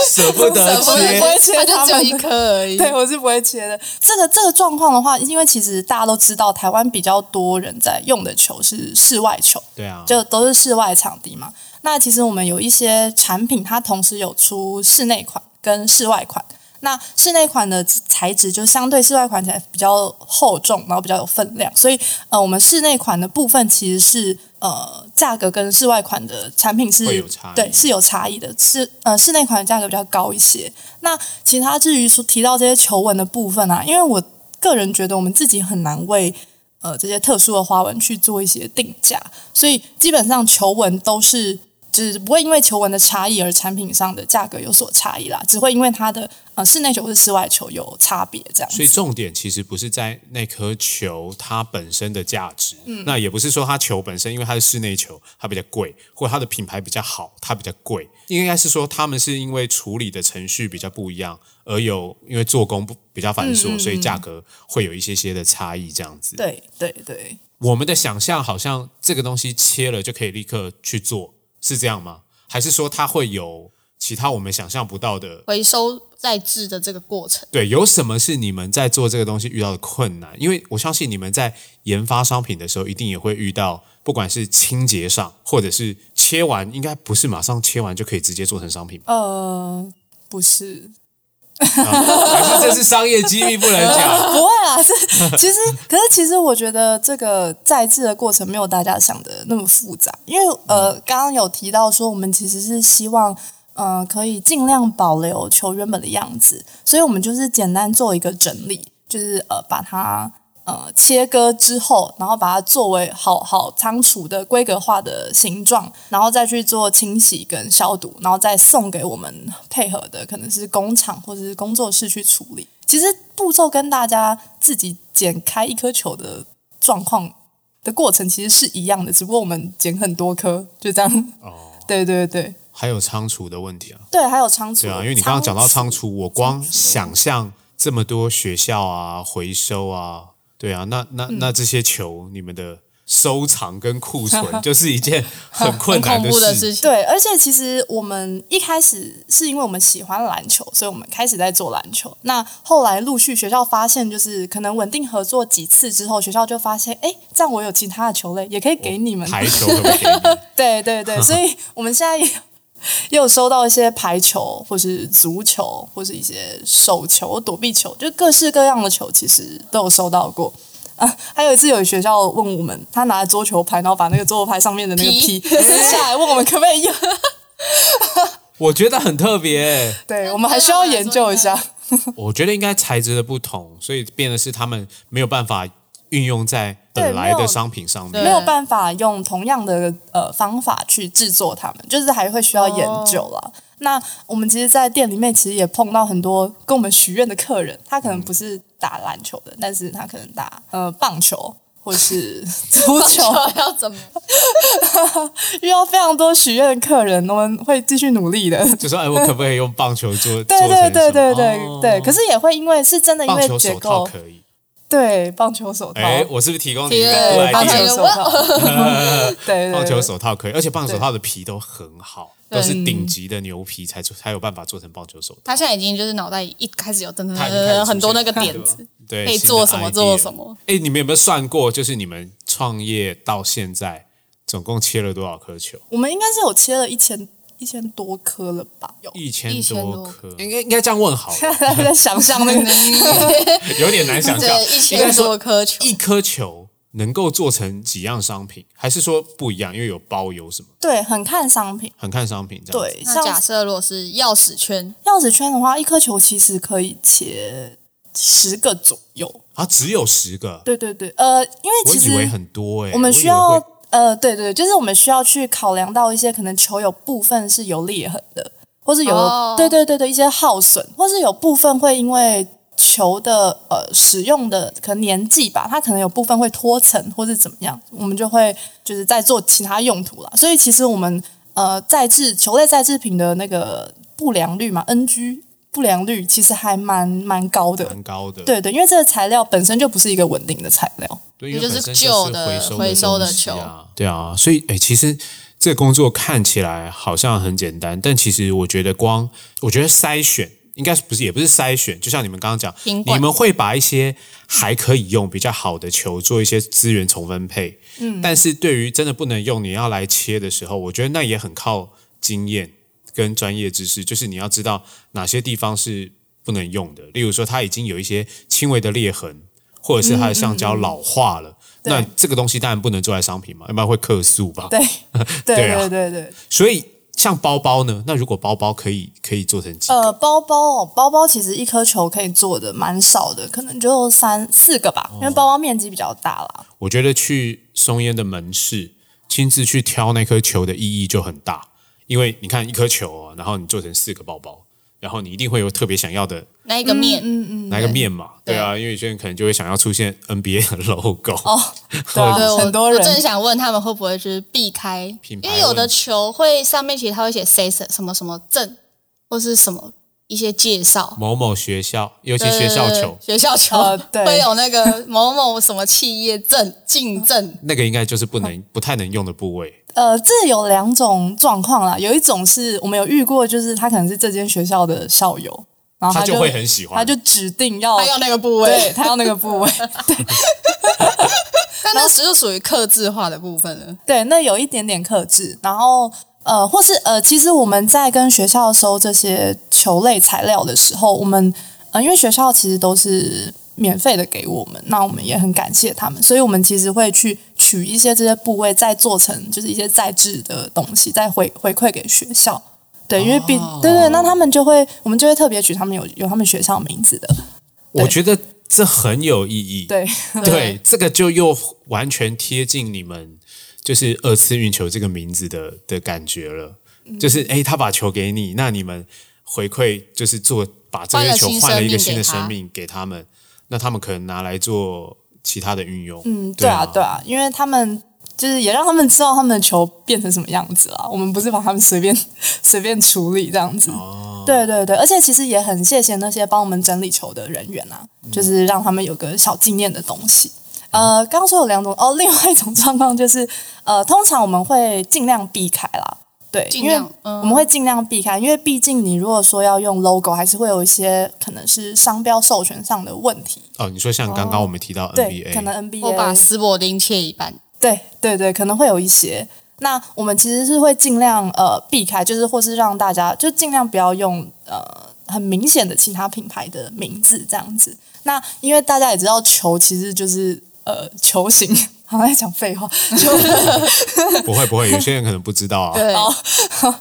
[SPEAKER 1] 舍不得
[SPEAKER 3] 舍不
[SPEAKER 1] 切
[SPEAKER 3] 得切。切
[SPEAKER 2] 它就
[SPEAKER 3] 他
[SPEAKER 2] 只有
[SPEAKER 3] 们
[SPEAKER 2] 一颗而已。
[SPEAKER 3] 对，我是不会切的。这个这个状况的话，因为其实大家都知道，台湾比较多人在用的球是室外球，
[SPEAKER 1] 对啊，
[SPEAKER 3] 就都是室外场地嘛。那其实我们有一些产品，它同时有出室内款跟室外款。那室内款的材质就相对室外款起来比较厚重，然后比较有分量，所以呃，我们室内款的部分其实是呃价格跟室外款的产品是
[SPEAKER 1] 会有差异
[SPEAKER 3] 对是有差异的，是呃室内款的价格比较高一些。那其他至于说提到这些球纹的部分啊，因为我个人觉得我们自己很难为呃这些特殊的花纹去做一些定价，所以基本上球纹都是就是不会因为球纹的差异而产品上的价格有所差异啦，只会因为它的呃室内球跟室外球有差别这样子。
[SPEAKER 1] 所以重点其实不是在那颗球它本身的价值，那也不是说它球本身，因为它是室内球，它比较贵，或它的品牌比较好，它比较贵。应该是说他们是因为处理的程序比较不一样，而有因为做工不比较繁琐，所以价格会有一些些的差异这样子。
[SPEAKER 3] 对对对，
[SPEAKER 1] 我们的想象好像这个东西切了就可以立刻去做，是这样吗？还是说它会有其他我们想象不到的
[SPEAKER 2] 回收再制的这个过程，
[SPEAKER 1] 对，有什么是你们在做这个东西遇到的困难？因为我相信你们在研发商品的时候，一定也会遇到，不管是清洁上，或者是切完，应该不是马上切完就可以直接做成商品吧？啊
[SPEAKER 3] 呃，不是，
[SPEAKER 1] 还是这是商业机密不能
[SPEAKER 3] (laughs)
[SPEAKER 1] 讲？
[SPEAKER 3] 不会啦，是其实，可是其实我觉得这个再制的过程没有大家想的那么复杂，因为呃，刚刚有提到说我们其实是希望。呃，可以尽量保留球原本的样子，所以我们就是简单做一个整理，就是呃把它呃切割之后，然后把它作为好好仓储的规格化的形状，然后再去做清洗跟消毒，然后再送给我们配合的可能是工厂或者是工作室去处理。其实步骤跟大家自己剪开一颗球的状况的过程其实是一样的，只不过我们剪很多颗，就这样。
[SPEAKER 1] 哦，
[SPEAKER 3] (laughs) 对对对
[SPEAKER 1] 还有仓储的问题啊，
[SPEAKER 3] 对，还有仓储。
[SPEAKER 1] 对啊，因为你刚刚讲到仓
[SPEAKER 3] 储，
[SPEAKER 1] 储，我光想象这么多学校啊、回收啊，对啊，那那那这些球，你们的收藏跟库存就是一件很困
[SPEAKER 2] 很
[SPEAKER 1] 难
[SPEAKER 2] 恐怖的
[SPEAKER 1] 事
[SPEAKER 2] 事。
[SPEAKER 3] (laughs)
[SPEAKER 2] 情。
[SPEAKER 3] 对，而且其实我们一开始是因为我们喜欢篮球，所以我们开始在做篮球。那后来陆续学校发现，就是可能稳定合作几次之后，学校就发现，哎，这样我有其他的球类也可以给你们。
[SPEAKER 1] 排球可不可以给你？
[SPEAKER 3] (laughs) 对对对，所以我们现在也也有收到一些排球，或是足球，或是一些手球、躲避球，就各式各样的球，其实都有收到过。啊，还有一次有学校问我们，他拿桌球拍，然后把那个桌球拍上面的那个
[SPEAKER 2] 皮
[SPEAKER 3] 皮撕下来，问我们可不可以用。
[SPEAKER 1] 我觉得很特别欸、
[SPEAKER 3] 对，我们还需要研究一下。
[SPEAKER 1] 我觉得应该材质的不同，所以变的是他们没有办法运用在本来
[SPEAKER 3] 对没
[SPEAKER 1] 的
[SPEAKER 3] 有
[SPEAKER 1] 商品上面
[SPEAKER 2] 对。
[SPEAKER 3] 没有办法用同样的呃方法去制作它们，就是还会需要研究啦。那我们其实，在店里面其实也碰到很多跟我们许愿的客人，他可能不是打篮球的，但是他可能打呃棒球或是 (laughs) 足球，
[SPEAKER 2] 棒球要怎么？
[SPEAKER 3] 遇到非常多许愿的客人，我们会继续努力的。
[SPEAKER 1] 就说哎，我可不可以用棒球做？
[SPEAKER 3] 对
[SPEAKER 1] 做成什么
[SPEAKER 3] 对对对对
[SPEAKER 1] 哦
[SPEAKER 3] 对，可是也会因为是真的因
[SPEAKER 1] 棒
[SPEAKER 3] 为
[SPEAKER 1] 球
[SPEAKER 3] 结
[SPEAKER 1] 手套
[SPEAKER 3] 构，
[SPEAKER 1] 可以。
[SPEAKER 3] 对棒球手套，
[SPEAKER 1] 哎，我是不是提供你一个
[SPEAKER 2] 对
[SPEAKER 1] idea？
[SPEAKER 3] 棒球手套，对对对
[SPEAKER 1] (laughs) 棒球手套可以，而且棒球手套的皮都很好，
[SPEAKER 2] 对
[SPEAKER 1] 都是顶级的牛皮才做才有办法做成棒球手套。
[SPEAKER 2] 他现在已经就是脑袋一开始有噔噔
[SPEAKER 1] 它已经开始出
[SPEAKER 2] 噔
[SPEAKER 1] 现
[SPEAKER 2] 很多那个点子，
[SPEAKER 1] 对，
[SPEAKER 2] 可以
[SPEAKER 1] 新的
[SPEAKER 2] 做什么
[SPEAKER 1] idea
[SPEAKER 2] 做什么。
[SPEAKER 1] 哎，你们有没有算过，就是你们创业到现在总共切了多少颗球？
[SPEAKER 3] 我们应该是有切了一千一千多颗了吧？有， (laughs)
[SPEAKER 1] 一千
[SPEAKER 2] 一千
[SPEAKER 1] 多
[SPEAKER 2] 多
[SPEAKER 1] 颗，应该应该这样问好了，
[SPEAKER 3] 大家在想象那
[SPEAKER 2] (laughs)
[SPEAKER 3] 个。
[SPEAKER 1] (laughs) 有点难想象。
[SPEAKER 2] 对，一
[SPEAKER 1] 应
[SPEAKER 2] 千
[SPEAKER 1] 该说
[SPEAKER 2] 多颗球，
[SPEAKER 1] 一颗球能够做成几样商品，还是说不一样？因为有包有什么，
[SPEAKER 3] 对，很看商品。
[SPEAKER 1] 很看商品这样。，
[SPEAKER 3] 对，
[SPEAKER 2] 哦那
[SPEAKER 3] 像
[SPEAKER 2] 假设如果是钥匙圈，
[SPEAKER 3] 钥匙圈的话，一颗球其实可以切十个左右。
[SPEAKER 1] 啊，只有十个，
[SPEAKER 3] 对对对，呃，因为
[SPEAKER 1] 我
[SPEAKER 3] 其
[SPEAKER 1] 以为
[SPEAKER 3] 实
[SPEAKER 1] 很多哎、
[SPEAKER 3] 我们
[SPEAKER 1] 我以
[SPEAKER 3] 需
[SPEAKER 1] 为
[SPEAKER 3] 要
[SPEAKER 1] 会
[SPEAKER 3] 呃，对对，就是我们需要去考量到一些可能球有部分是有裂痕的，或是有、
[SPEAKER 2] 哦
[SPEAKER 3] 对对对对一些耗损，或是有部分会因为。球的呃使用的可能年纪吧，它可能有部分会脱层或是怎么样，我们就会就是在做其他用途啦。所以其实我们呃再制球类再制品的那个不良率嘛，NG 不良率其实还蛮蛮高的。
[SPEAKER 1] 蛮高的，
[SPEAKER 3] 对对，因为这个材料本身就不是一个稳定的材料。
[SPEAKER 1] 对，因为
[SPEAKER 2] 也就是
[SPEAKER 1] 本身
[SPEAKER 2] 旧
[SPEAKER 1] 是
[SPEAKER 2] 的
[SPEAKER 1] 回收
[SPEAKER 2] 回收的
[SPEAKER 1] 东西啊，对啊，所以哎、其实这个工作看起来好像很简单，但其实我觉得光，我觉得筛选。应该是不是也不是筛选，就像你们刚刚讲，
[SPEAKER 2] 品管
[SPEAKER 1] 你们会把一些还可以用比较好的球做一些资源重分配，嗯，但是对于真的不能用，你要来切的时候，我觉得那也很靠经验跟专业知识，就是你要知道哪些地方是不能用的，例如说它已经有一些轻微的裂痕，或者是它的橡胶老化了。那
[SPEAKER 3] 对
[SPEAKER 1] 这个东西当然不能做在商品嘛，要不然会客诉吧。 (laughs)
[SPEAKER 3] 对对
[SPEAKER 1] 对啊
[SPEAKER 3] 对对对，
[SPEAKER 1] 所以像包包呢，那如果包包可以可以做成几个？
[SPEAKER 3] 呃，包包哦，包包其实一颗球可以做的蛮少的，可能就三四个吧，因
[SPEAKER 1] 哦
[SPEAKER 3] 为包包面积比较大啦。
[SPEAKER 1] 我觉得去松烟的门市亲自去挑那颗球的意义就很大，因为你看一颗球、哦，然后你做成四个包包，然后你一定会有特别想要的
[SPEAKER 2] 那一个面，
[SPEAKER 3] 嗯
[SPEAKER 1] 哪一个面嘛？
[SPEAKER 2] 嗯对
[SPEAKER 1] 对
[SPEAKER 2] 哦
[SPEAKER 1] 啊，因为有些人可能就会想要出现 NBA 的 logo，、
[SPEAKER 3] 对啊
[SPEAKER 2] 对我
[SPEAKER 3] 很多
[SPEAKER 2] 我正
[SPEAKER 3] 人
[SPEAKER 2] 想问他们会不会就是避开，
[SPEAKER 1] 品
[SPEAKER 2] 因
[SPEAKER 1] 牌
[SPEAKER 2] 为有的
[SPEAKER 1] 问题
[SPEAKER 2] 球会上面其实他会写 C 什么什么证或是什么一些介绍，
[SPEAKER 1] 某某学校，尤其学校
[SPEAKER 2] 对
[SPEAKER 1] 球，哦
[SPEAKER 2] 学校球、
[SPEAKER 3] 呃对
[SPEAKER 2] 会有那个某某什么企业证进证，
[SPEAKER 1] 那个应该就是不能不太能用的部位。
[SPEAKER 3] 呃，这有两种状况啦，有一种是我们有遇过，就是他可能是这间学校的校友，然后
[SPEAKER 1] 他
[SPEAKER 3] 就
[SPEAKER 1] 就会很喜欢
[SPEAKER 3] 他就指定要
[SPEAKER 2] 他要那个部
[SPEAKER 3] 对
[SPEAKER 2] 位，
[SPEAKER 3] 他要那个部位。
[SPEAKER 2] 但那是就属于刻字化的部分了。
[SPEAKER 3] 对，那有一点点克制，然后呃，或是呃，其实我们在跟学校收这些球类材料的时候，我们呃，因为学校其实都是免费的给我们，那我们也很感谢他们，所以我们其实会去取一些这些部位，再做成就是一些再制的东西，再回回馈给学校。对，因为毕、对对，那他们就会，我们就会特别取他们有有他们学校名字的，
[SPEAKER 1] 我觉得这很有意义。
[SPEAKER 3] 对，
[SPEAKER 1] 对，这个就又完全贴近你们就是二次运球这个名字的的感觉了。
[SPEAKER 3] 嗯
[SPEAKER 1] 就是哎，诶他把球给你，那你们回馈就是做把这
[SPEAKER 2] 换
[SPEAKER 1] 些
[SPEAKER 2] 了
[SPEAKER 1] 球
[SPEAKER 2] 新
[SPEAKER 1] 换了一个
[SPEAKER 2] 生
[SPEAKER 1] 新的
[SPEAKER 2] 命给他
[SPEAKER 1] 生命给他们，那他们可能拿来做其他的运用。
[SPEAKER 3] 嗯，对啊，对啊，因为他们就是也让他们知 (laughs) 道他们的球变成什么样子啦。我们不是把他们随便随便处理这样子。对对对，而且其实也很谢谢那些帮我们整理球的人员啊，就是让他们有个小纪念的东西。呃，刚刚说有两种哦，另 (laughs) 外一种状况就是，呃，通常我们会尽量避开啦，对，
[SPEAKER 2] 尽量
[SPEAKER 3] 因为
[SPEAKER 2] 嗯
[SPEAKER 3] 我们会尽量避开，因为毕竟你如果说要用 logo，还是会有一些可能是商标授权上的问题，
[SPEAKER 1] 哦，你说像刚刚我们提到
[SPEAKER 3] 哦对，
[SPEAKER 1] NBA，
[SPEAKER 3] 可能 NBA
[SPEAKER 2] 我把斯伯丁切一半，
[SPEAKER 3] 对对对，可能会有一些。那我们其实是会尽量呃避开，就是或是让大家就尽量不要用呃很明显的其他品牌的名字这样子。那因为大家也知道，球其实就是呃球形，好像在讲废话， (laughs) 球
[SPEAKER 1] 不会不会，有些人可能不知道
[SPEAKER 3] (laughs)
[SPEAKER 1] 啊。
[SPEAKER 2] 对，
[SPEAKER 3] 哦，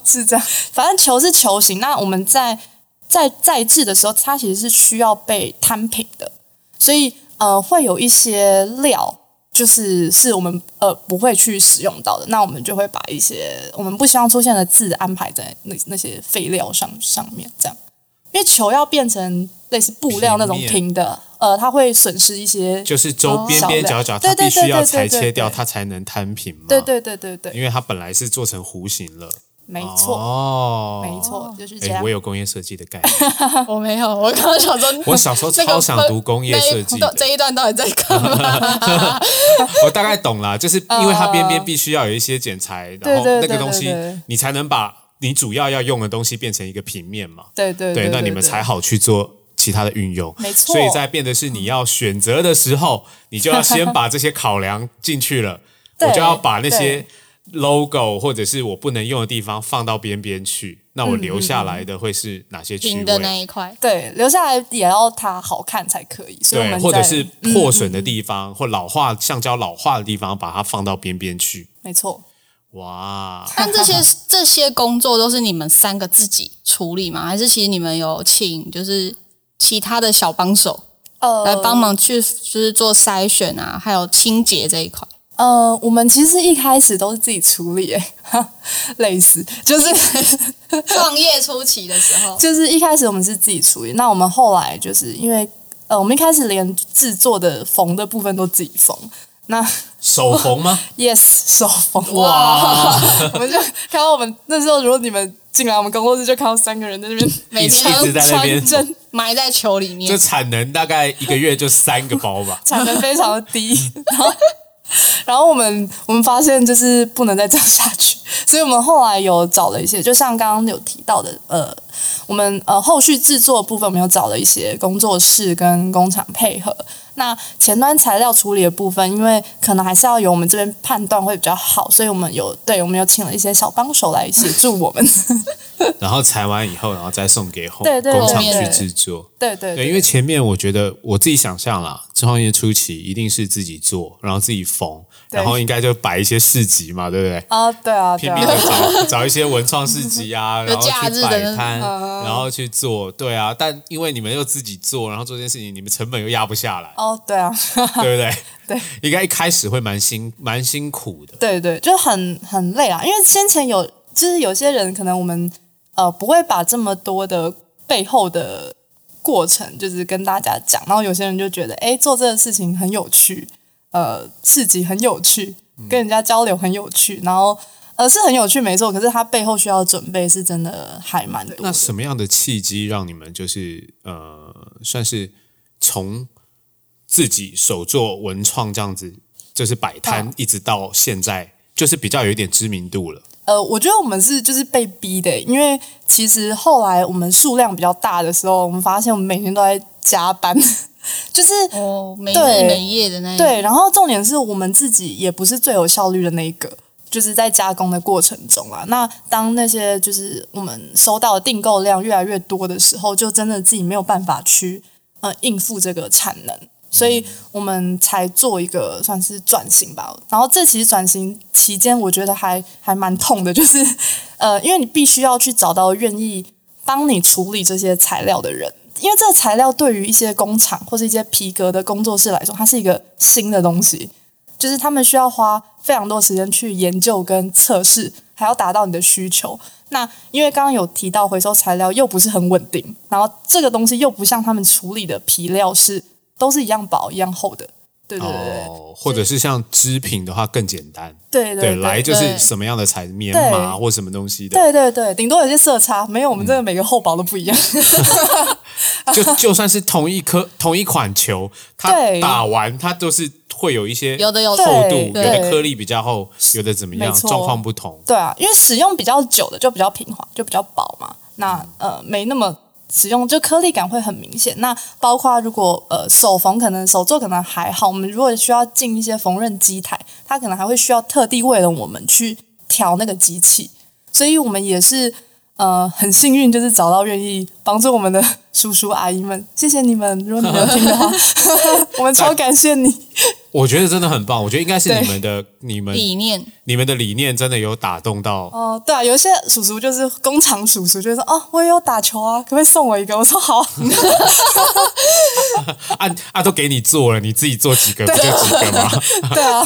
[SPEAKER 3] 是这样。反正球是球形，那我们在在在制的时候，它其实是需要被摊平的，所以呃，会有一些料。就是是我们呃不会去使用到的，那我们就会把一些我们不希望出现的字安排在那那些废料上上面，这样，因为球要变成类似布料那种
[SPEAKER 1] 平面
[SPEAKER 3] 平的，呃，它会损失一些，
[SPEAKER 1] 就是周边边角角，
[SPEAKER 3] 哦
[SPEAKER 1] 它
[SPEAKER 3] 对
[SPEAKER 1] 必
[SPEAKER 3] 对
[SPEAKER 1] 须要
[SPEAKER 3] 对对
[SPEAKER 1] 裁
[SPEAKER 3] 对
[SPEAKER 1] 切掉，
[SPEAKER 3] 对
[SPEAKER 1] 它才能摊平嘛。
[SPEAKER 3] 对，对对对对，
[SPEAKER 1] 因为它本来是做成弧形了。
[SPEAKER 3] 没错、
[SPEAKER 1] 哦，
[SPEAKER 3] 没。错，就是这
[SPEAKER 1] 哎，
[SPEAKER 3] 样
[SPEAKER 1] 我。有工业设计的概念， (laughs)
[SPEAKER 2] 我没有，我刚刚想说，
[SPEAKER 1] 哦我小时候
[SPEAKER 2] 这个
[SPEAKER 1] 超想读工业设计
[SPEAKER 2] 那
[SPEAKER 1] 的
[SPEAKER 2] 一，这一段到底在
[SPEAKER 1] (laughs)
[SPEAKER 2] 干嘛？
[SPEAKER 1] 我大概懂啦，就是因为它边边必须要有一些剪裁，然后
[SPEAKER 3] 对对
[SPEAKER 1] 那个
[SPEAKER 3] 对
[SPEAKER 1] 东西
[SPEAKER 3] 对对
[SPEAKER 1] 你才能把你主要要用的东西变成一个平面嘛。
[SPEAKER 3] 对对
[SPEAKER 1] 对，那你们
[SPEAKER 3] 对
[SPEAKER 1] 才好去做其他的运用。
[SPEAKER 3] 没错
[SPEAKER 1] 所以在变的是你要选择的时
[SPEAKER 3] (laughs)
[SPEAKER 1] 候，你就要先把这些考量进去了，我
[SPEAKER 3] 对
[SPEAKER 1] 就要把那些
[SPEAKER 3] 对
[SPEAKER 1] logo 或者是我不能用的地方放到边边去。那我留
[SPEAKER 3] 嗯
[SPEAKER 1] 下来的会是哪些啊区
[SPEAKER 2] 平的那
[SPEAKER 1] 位？
[SPEAKER 2] 一块，
[SPEAKER 3] 对，留下来也要它好看才可以。所以我
[SPEAKER 1] 对，
[SPEAKER 3] 们
[SPEAKER 1] 或者
[SPEAKER 3] 在嗯
[SPEAKER 1] 是破损的地方，或老化橡胶老化的地方，把它放到边边去。
[SPEAKER 3] 没错，
[SPEAKER 1] 哇，
[SPEAKER 2] (laughs) 但这些这些工作都是你们三个自己处理吗？还是其实你们有请就是其他的小帮手
[SPEAKER 3] 呃，
[SPEAKER 2] 来帮。忙去就是做筛选啊，还有清洁这一块？
[SPEAKER 3] 呃，我们其实一开始都是自己处理、欸，哈， (laughs) 类似就是
[SPEAKER 2] (laughs)
[SPEAKER 3] (laughs)
[SPEAKER 2] 创业初期的时候，
[SPEAKER 3] 就是一开始我们是自己处理，那我们后来就是因为呃，我们一开始连制作的缝的部分都自己缝。那
[SPEAKER 1] 手红
[SPEAKER 3] (laughs)
[SPEAKER 1] 吗？
[SPEAKER 3] yes 手缝哇， (laughs) 我们就看到我们那时候，如果你们进来我们工作室，就看到三个人在那边
[SPEAKER 2] 每天
[SPEAKER 1] (laughs) 一直在那边
[SPEAKER 2] 穿
[SPEAKER 3] 针。
[SPEAKER 2] (laughs) 埋在球里
[SPEAKER 1] 这
[SPEAKER 2] 面，
[SPEAKER 1] 产能大概一个月就三个包吧
[SPEAKER 3] (laughs) 产能非常的低， (laughs) 然后然后我们我们发现就是不能再这样下去， (laughs) 所以我们后来有找了一些，就像刚刚有提到的，呃，我们呃后续制作的部分，我们有找了一些工作室跟工厂配合。那前端材料处理的部分，因为可能还是要由我们这边判断会比较好，所以我们有对我们有请了一些小帮手来协助我们。 (laughs)
[SPEAKER 1] 然后裁完以后，然后再送给后
[SPEAKER 3] 对对
[SPEAKER 1] 工厂
[SPEAKER 2] 对
[SPEAKER 1] 去
[SPEAKER 3] 对
[SPEAKER 1] 制作。
[SPEAKER 3] 对对
[SPEAKER 1] 对，因为前面我觉得我自己想象啦，创业初期一定是自己做，然后自己缝，
[SPEAKER 3] 对
[SPEAKER 1] 然后应该就摆一些市集嘛，对不对？
[SPEAKER 3] 啊，对啊，对
[SPEAKER 1] 拼
[SPEAKER 3] 啊
[SPEAKER 1] 命，的找 (laughs) 找一些文创市集
[SPEAKER 3] (laughs)
[SPEAKER 1] 啊，然后
[SPEAKER 2] 假
[SPEAKER 1] 去
[SPEAKER 2] 日
[SPEAKER 1] 摆
[SPEAKER 2] 的
[SPEAKER 3] 嗯
[SPEAKER 1] 摊，然后去做，对啊。但因为你们又自己做，然后做这件事情，你们成本又压不下来，
[SPEAKER 3] 哦，对啊。
[SPEAKER 1] 对不对？
[SPEAKER 3] (laughs) 对，
[SPEAKER 1] (laughs) 应该一开始会蛮辛蛮辛苦的，
[SPEAKER 3] 对对，就很很累啊，因为先前有就是有些人可能我们呃不会把这么多的背后的过程就是跟大家讲，然后有些人就觉得哎做这个事情很有趣，呃市集很有趣，跟人家交流很有趣，然后呃是很有趣没错，可是他背后需要的准备是真的还蛮多
[SPEAKER 1] 那
[SPEAKER 3] 的。
[SPEAKER 1] 什么样的契机让你们就是呃，算是从自己手做文创这样子，就是摆摊，
[SPEAKER 3] 嗯
[SPEAKER 1] 一直到现在，就是比较有一点知名度了。
[SPEAKER 3] 呃，我觉得我们是就是被逼的，因为其实后来我们数量比较大的时候，我们发现我们每天都在加班， (laughs) 就是
[SPEAKER 2] 哦，没日
[SPEAKER 3] 对
[SPEAKER 2] 没夜的那一
[SPEAKER 3] 对，然后重点是我们自己也不是最有效率的那一个，就是在加工的过程中啊。那当那些就是我们收到的订购量越来越多的时候，就真的自己没有办法去呃应付这个产能，所以我们才做一个算是转型吧。然后这其实转型期间，我觉得还还蛮痛的，就是 (laughs) 呃，因为你必须要去找到愿意帮你处理这些材料的人。因为这个材料对于一些工厂或是一些皮革的工作室来说，它是一个新的东西，就是他们需要花非常多时间去研究跟测试，还要达到你的需求。那因为刚刚有提到回收材料又不是很稳定，然后这个东西又不像他们处理的皮料是都是一样薄一样厚的，对对对对
[SPEAKER 1] 哦，或者是像织品的话更简单，
[SPEAKER 3] 对对
[SPEAKER 1] 来就
[SPEAKER 2] 对
[SPEAKER 1] 是什么样的材，棉
[SPEAKER 3] 对
[SPEAKER 1] 麻或什么东西的，
[SPEAKER 3] 对对对，顶多有些色差，没有我们这个每个厚薄都不一样。
[SPEAKER 1] 就就算是同一颗 (laughs) 同一款球，它
[SPEAKER 3] 对
[SPEAKER 1] 打完它都是会有一些
[SPEAKER 2] 有的有的
[SPEAKER 1] 厚度，有
[SPEAKER 3] 对
[SPEAKER 1] 的
[SPEAKER 3] 对
[SPEAKER 1] 颗粒比较厚，有的怎么样，
[SPEAKER 3] 没错
[SPEAKER 1] 状况不同。
[SPEAKER 3] 对啊，因为使用比较久的就比较平滑，就比较薄嘛。那呃，没那么使用，就颗粒感会很明显。那包括如果呃手缝可能手做可能还好，我们如果需要进一些缝纫机台，它可能还会需要特地为了我们去调那个机器，所以我们也是。呃，很幸运，就是找到愿意帮助我们的叔叔阿姨们，谢谢你们。如果你们有听的话， (laughs) 我们超感谢你。
[SPEAKER 1] 我觉得真的很棒，我觉得应该是
[SPEAKER 3] 对
[SPEAKER 1] 你们的、你们、
[SPEAKER 2] 理 (laughs) 念，
[SPEAKER 1] 你们的理念真的有打动到。
[SPEAKER 3] 哦、对啊，有一些叔叔就是工厂叔叔，就会说哦，我也有打球啊，可不可以送我一个？我说好啊， (laughs)
[SPEAKER 1] 啊啊，都给你做了，你自己做几
[SPEAKER 3] (laughs)
[SPEAKER 1] 个不就几个吗？
[SPEAKER 3] 对啊，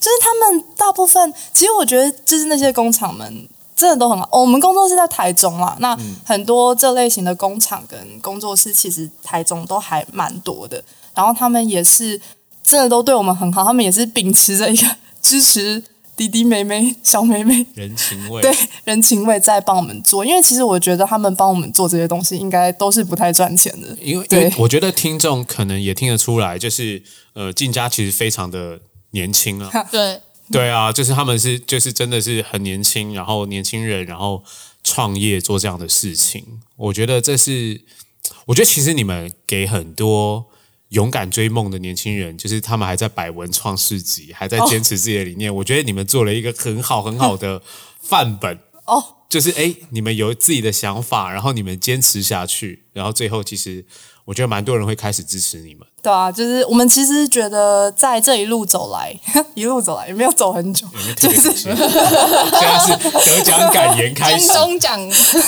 [SPEAKER 3] 就是他们大部分，其实我觉得就是那些工厂们真的都很好。哦我们工作室在台中啦，那很多这类型的工厂跟工作室，其实台中都还蛮多的。然后他们也是真的都对我们很好，他们也是秉持着一个支持弟弟妹妹、小妹妹
[SPEAKER 1] 人情味，
[SPEAKER 3] 对人情味在帮我们做。因为其实我觉得他们帮我们做这些东西，应该都是不太赚钱的。
[SPEAKER 1] 因为因
[SPEAKER 3] 对
[SPEAKER 1] 为我觉得听众可能也听得出来，就是呃，进家其实非常的年轻啊，
[SPEAKER 2] 对，
[SPEAKER 1] 对啊，就是他们是就是真的是很年轻，然后年轻人，然后创业做这样的事情，我觉得这是，我觉得其实你们给很多勇敢追梦的年轻人，就是他们还在百文创市集，还在
[SPEAKER 3] 哦
[SPEAKER 1] 坚持自己的理念，我觉得你们做了一个很好很好的范本。
[SPEAKER 3] 哦，
[SPEAKER 1] 就是哎，诶你们有自己的想法，然后你们坚持下去，然后最后其实我觉得蛮多人会开始支持你们。
[SPEAKER 3] 对啊，就是我们其实觉得在这一路走来， (laughs) 一路走来也没有走很久，
[SPEAKER 1] 你们特
[SPEAKER 3] 就
[SPEAKER 1] 别
[SPEAKER 3] 是
[SPEAKER 1] 感谢，现在是得奖感言开
[SPEAKER 2] 金
[SPEAKER 1] 始，
[SPEAKER 2] 钟奖 (laughs)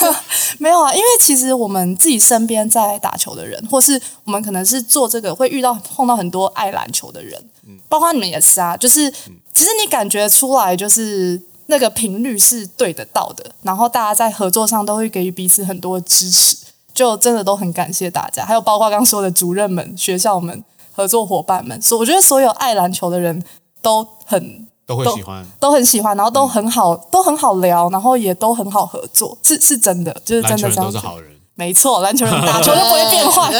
[SPEAKER 3] 没有啊，因为其实我们自己身边在打球的人，或是我们可能是做这个会遇到碰到很多爱篮球的人，
[SPEAKER 1] 嗯
[SPEAKER 3] 包括你们也是啊，就是只是你感觉出来就是。那个频率是对得到的，然后大家在合作上都会给予彼此很多的支持，就真的都很感谢大家，还有包括刚刚说的主任们、学校们、合作伙伴们，所以我觉得所有爱篮球的人都很
[SPEAKER 1] 都会
[SPEAKER 3] 都
[SPEAKER 1] 喜欢。
[SPEAKER 3] 都很喜欢，然后
[SPEAKER 1] 嗯
[SPEAKER 3] 都很好，都很好聊，然后也都很好合作，是是真的，就是真
[SPEAKER 1] 篮球
[SPEAKER 3] 的
[SPEAKER 1] 人
[SPEAKER 3] 这
[SPEAKER 1] 都
[SPEAKER 3] 样子。
[SPEAKER 1] 是好人， (laughs)
[SPEAKER 3] 没错，篮球人打 (laughs) 球就不会变坏。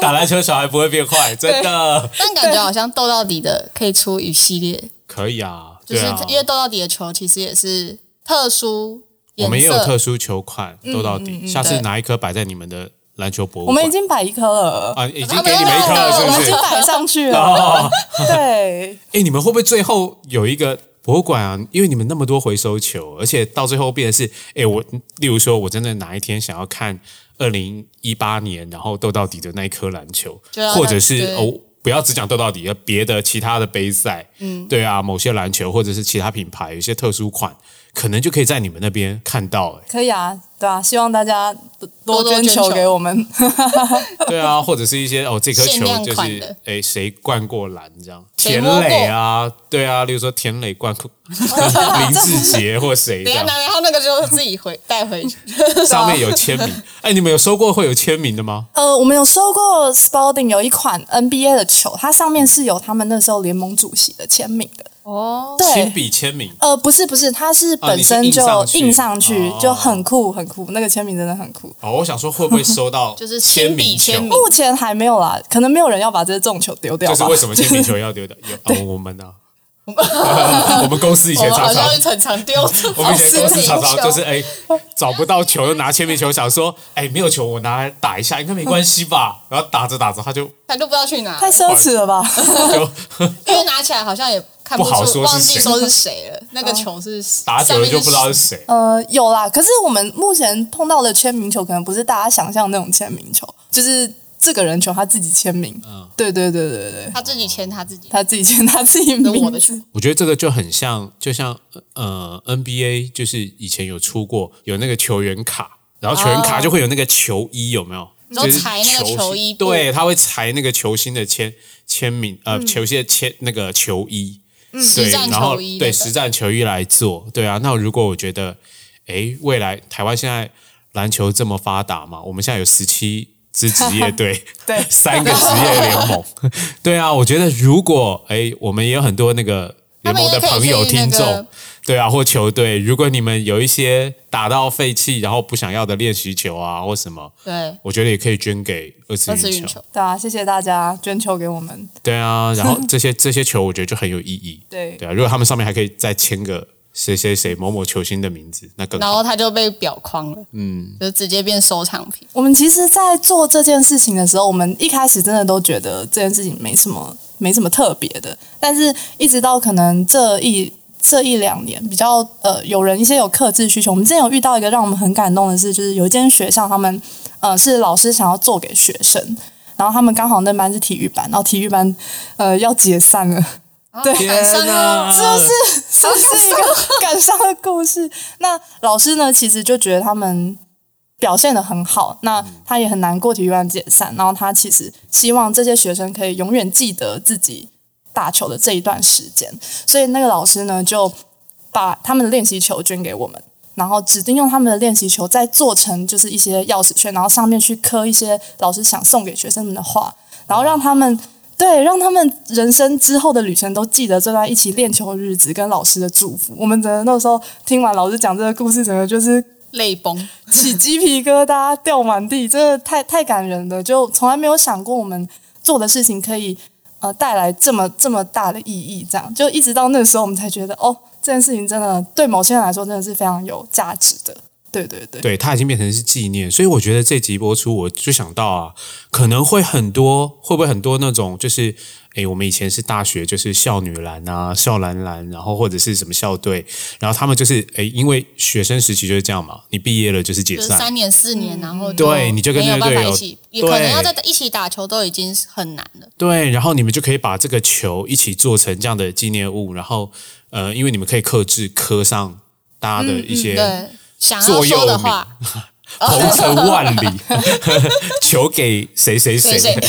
[SPEAKER 1] 打篮球小孩不会变
[SPEAKER 3] (laughs)
[SPEAKER 1] 坏，真的
[SPEAKER 2] 但感觉好像斗到底的可以出一系列，
[SPEAKER 1] 可以啊。
[SPEAKER 2] 就是
[SPEAKER 1] 对啊
[SPEAKER 2] 因为斗到底的球其实也是特殊
[SPEAKER 1] 我
[SPEAKER 2] 颜
[SPEAKER 1] 们也有特
[SPEAKER 2] 色，
[SPEAKER 1] 殊球款，斗到底。下次
[SPEAKER 2] 对
[SPEAKER 1] 拿一颗摆在你们的篮球博物
[SPEAKER 3] 嗯我
[SPEAKER 1] 馆
[SPEAKER 3] 们已经摆一颗
[SPEAKER 1] (laughs)
[SPEAKER 3] 了，
[SPEAKER 1] 啊，已经给你们一颗了，
[SPEAKER 3] 我
[SPEAKER 1] 是
[SPEAKER 3] 们
[SPEAKER 1] 不
[SPEAKER 3] 已
[SPEAKER 1] 是
[SPEAKER 3] 经？摆上
[SPEAKER 1] (laughs)
[SPEAKER 3] 去
[SPEAKER 1] 哦
[SPEAKER 3] 了。对，
[SPEAKER 1] 哎，你们会不会最后有一个博物馆啊？因为你们那么多回收球，而且到最后变成是，哎，我例如说，我真的哪一天想要看二零一八年，然后斗到底的那一颗篮球
[SPEAKER 2] 就要，
[SPEAKER 1] 或者是
[SPEAKER 2] 对
[SPEAKER 1] 哦。不要只讲斗到底，要别的其他的杯赛，嗯，对啊，某些篮球或者是其他品牌有一些特殊款，可能就可以在你们那边看到、哎
[SPEAKER 3] 可以啊，对啊，希望大家多多
[SPEAKER 2] 多
[SPEAKER 3] 捐
[SPEAKER 2] 捐球
[SPEAKER 3] 球给我们。
[SPEAKER 1] 哎，对啊，或者是一些哦，这颗
[SPEAKER 2] 限
[SPEAKER 1] 球
[SPEAKER 2] 量
[SPEAKER 1] 就
[SPEAKER 2] 款
[SPEAKER 1] 是
[SPEAKER 2] 的
[SPEAKER 1] 哎谁灌过篮这样，
[SPEAKER 2] 谁
[SPEAKER 1] 田
[SPEAKER 2] 摸过
[SPEAKER 1] 磊啊，对啊，例如说田磊灌过 (laughs) 林志杰或谁这
[SPEAKER 2] 等一下
[SPEAKER 1] 样，
[SPEAKER 2] 拿，然后那个就自己回带回去，
[SPEAKER 1] (laughs) 上
[SPEAKER 2] (laughs)
[SPEAKER 1] 面有签名。哎，你们有收过会有签名的吗？
[SPEAKER 3] (laughs) 呃，我们有收过 Spalding 有一款 NBA 的球，它上面是有他们那时候联盟主席的签名的。
[SPEAKER 2] 哦，
[SPEAKER 1] 亲
[SPEAKER 3] 对，
[SPEAKER 1] 笔签名，
[SPEAKER 3] 呃，不是不是，它是
[SPEAKER 1] 啊
[SPEAKER 3] 本
[SPEAKER 1] 你是
[SPEAKER 3] 身
[SPEAKER 1] 印
[SPEAKER 3] 就
[SPEAKER 1] 上去
[SPEAKER 3] 印上去，
[SPEAKER 1] 哦
[SPEAKER 3] 就很酷很酷，那个签名真的很酷。
[SPEAKER 1] 哦，我想说会不会收到
[SPEAKER 2] (laughs) 就是
[SPEAKER 1] 签
[SPEAKER 2] 亲笔
[SPEAKER 1] 球
[SPEAKER 2] 签名
[SPEAKER 3] 目前还没有啦，可能没有人要把这种球丢掉
[SPEAKER 1] 就
[SPEAKER 3] 吧。
[SPEAKER 1] 是为什么铅笔球要
[SPEAKER 2] (laughs)
[SPEAKER 1] 丢的？有啊，我们呢？我们公司以
[SPEAKER 2] 我
[SPEAKER 1] 前
[SPEAKER 2] 们好
[SPEAKER 1] 常常
[SPEAKER 2] 像，很常丢，
[SPEAKER 1] 我们以前公司常常就
[SPEAKER 2] 哦
[SPEAKER 1] 是哎找不到球就拿铅笔球，想说哎没有球我拿来打一下应该没关系吧，然后打着打着他就
[SPEAKER 2] (laughs) 他就不知道去哪，
[SPEAKER 3] (laughs) 太奢侈了吧？
[SPEAKER 1] (laughs) 就
[SPEAKER 2] 因为拿起来好像也看
[SPEAKER 1] 不
[SPEAKER 2] 出，
[SPEAKER 1] 好说是谁
[SPEAKER 2] 忘记说是谁了。那个球
[SPEAKER 3] (laughs)
[SPEAKER 2] 是
[SPEAKER 3] 哦
[SPEAKER 1] 打久了就不知道
[SPEAKER 2] 上面
[SPEAKER 1] 是
[SPEAKER 2] 是
[SPEAKER 1] 谁。
[SPEAKER 3] 呃，有啦，可是我们目前碰到的签名球，可能不是大家想象那种签名球，就是这个人球他自己签名。
[SPEAKER 1] 嗯
[SPEAKER 3] 对对对对对，
[SPEAKER 2] 他自己签他自己，
[SPEAKER 3] 他自己签他自己名
[SPEAKER 2] 是我的
[SPEAKER 3] 字
[SPEAKER 2] 球。
[SPEAKER 1] 我觉得这个就很像，就像呃 NBA，就是以前有出过有那个球员卡，然后球员卡就会有那个球衣，有没有？
[SPEAKER 2] 然后
[SPEAKER 1] 就是
[SPEAKER 2] 哦裁那个
[SPEAKER 1] 球
[SPEAKER 2] 球
[SPEAKER 1] 星
[SPEAKER 2] 衣布嗯
[SPEAKER 1] 对，他会裁那个球星的签签名，呃，球星的签那个球衣，对，
[SPEAKER 2] 实战
[SPEAKER 1] 然后
[SPEAKER 2] 球衣那
[SPEAKER 1] 对
[SPEAKER 2] 个
[SPEAKER 1] 实战球衣来做，对啊。那如果我觉得，诶，未来台湾现在篮球这么发达嘛，我们现在有十七是职业队，
[SPEAKER 2] (laughs)
[SPEAKER 3] 对
[SPEAKER 1] 三个职业联盟。对啊，我觉得如果哎，我们也有很多那个联盟的朋友、
[SPEAKER 2] 他们也可以去那
[SPEAKER 1] 听
[SPEAKER 2] 个
[SPEAKER 1] 众，对啊，或球队，如果你们有一些打到废弃然后不想要的练习球啊或什么，
[SPEAKER 2] 对，
[SPEAKER 1] 我觉得也可以捐给二次
[SPEAKER 2] 二
[SPEAKER 1] 运球。
[SPEAKER 2] 次运球，
[SPEAKER 3] 对啊，谢谢大家捐球给我们。
[SPEAKER 1] 对啊，然后这些这些球我觉得就很有意义。
[SPEAKER 3] 对
[SPEAKER 1] 对啊，如果他们上面还可以再签个谁谁谁某某球星的名字，那更
[SPEAKER 2] 然
[SPEAKER 1] 好。
[SPEAKER 2] 后他就被裱框了，嗯，就直接变收藏品。
[SPEAKER 3] 我们其实，在做这件事情的时候，我们一开始真的都觉得这件事情没什么，没什么特别的。但是，一直到可能这一这一两年，比较呃，有人一些有克制需求。我们之前有遇到一个让我们很感动的事，就是有一间学校，他们呃是老师想要做给学生，然后他们刚好那班是体育班，然后体育班呃要解散了。对
[SPEAKER 2] 感伤
[SPEAKER 1] 哪
[SPEAKER 2] 哦，
[SPEAKER 3] 是不是？是不是一个感伤的故事？那老师呢，其实就觉得他们表现的很好，那他也很难过体育班解散，然后他其实希望这些学生可以永远记得自己打球的这一段时间，所以那个老师呢，就把他们的练习球捐给我们。然后指定用他们的练习球再做成就是一些钥匙圈，然后上面去刻一些老师想送给学生们的话，然后让他们对，让他们人生之后的旅程都记得这段一起练球的日子跟老师的祝福。我们真的那时候听完老师讲这个故事，整个就是
[SPEAKER 2] 泪崩。
[SPEAKER 3] 起鸡皮疙瘩掉满地，真的太太感人了。就从来没有想过我们做的事情可以呃带来这么这么大的意义，这样就一直到那时候我们才觉得哦，这件事情真的对某些人来说真的是非常有价值的。对对对，
[SPEAKER 1] 对，它已经变成是纪念，所以我觉得这集播出，我就想到啊，可能会很多，会不会很多那种就是，诶，我们以前是大学，就是校女篮啊、校篮篮，然后或者是什么校队，然后他们就是，诶，因为学生时期就是这样嘛，你毕业了就是解
[SPEAKER 2] 就是
[SPEAKER 1] 散，
[SPEAKER 2] 三年四年，然
[SPEAKER 3] 嗯
[SPEAKER 2] 后
[SPEAKER 1] 对你就跟
[SPEAKER 2] 没
[SPEAKER 1] 那
[SPEAKER 2] 有
[SPEAKER 1] 个
[SPEAKER 2] 办
[SPEAKER 1] 队
[SPEAKER 2] 法
[SPEAKER 1] 友
[SPEAKER 2] 一起，也可
[SPEAKER 1] 对
[SPEAKER 2] 能要在一起打球都已经是很难了。
[SPEAKER 1] 对，然后你们就可以把这个球一起做成这样的纪念物，然后呃，因为你们可以克制刻上大家的一些
[SPEAKER 2] 嗯对，想要
[SPEAKER 1] 座右
[SPEAKER 2] 说的
[SPEAKER 1] 铭 (laughs)
[SPEAKER 2] 话，哦
[SPEAKER 1] 鹏程万
[SPEAKER 2] (laughs)
[SPEAKER 1] 里，球给谁谁谁
[SPEAKER 2] 谁
[SPEAKER 1] (laughs)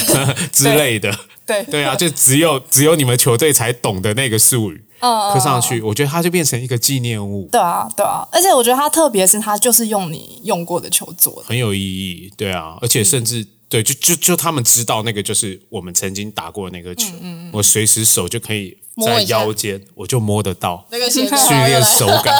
[SPEAKER 1] 之类的。
[SPEAKER 3] 对
[SPEAKER 1] 对啊，就只有只有你们球队才懂得那个术语，
[SPEAKER 2] 哦
[SPEAKER 1] 刻上去，我觉得它就变成一个纪念物，
[SPEAKER 3] 对啊对啊，而且我觉得它特别是它就是用你用过的球做的。 (laughs)
[SPEAKER 1] 很有意义。对啊，而且甚至、
[SPEAKER 2] 嗯
[SPEAKER 1] 对，就就就他们知道那个就是我们曾经打过的那个球，我随时手就可以在
[SPEAKER 2] 嗯摸一下啊
[SPEAKER 1] 腰间，我就摸得到。
[SPEAKER 2] 那个鞋子
[SPEAKER 1] 训练手感，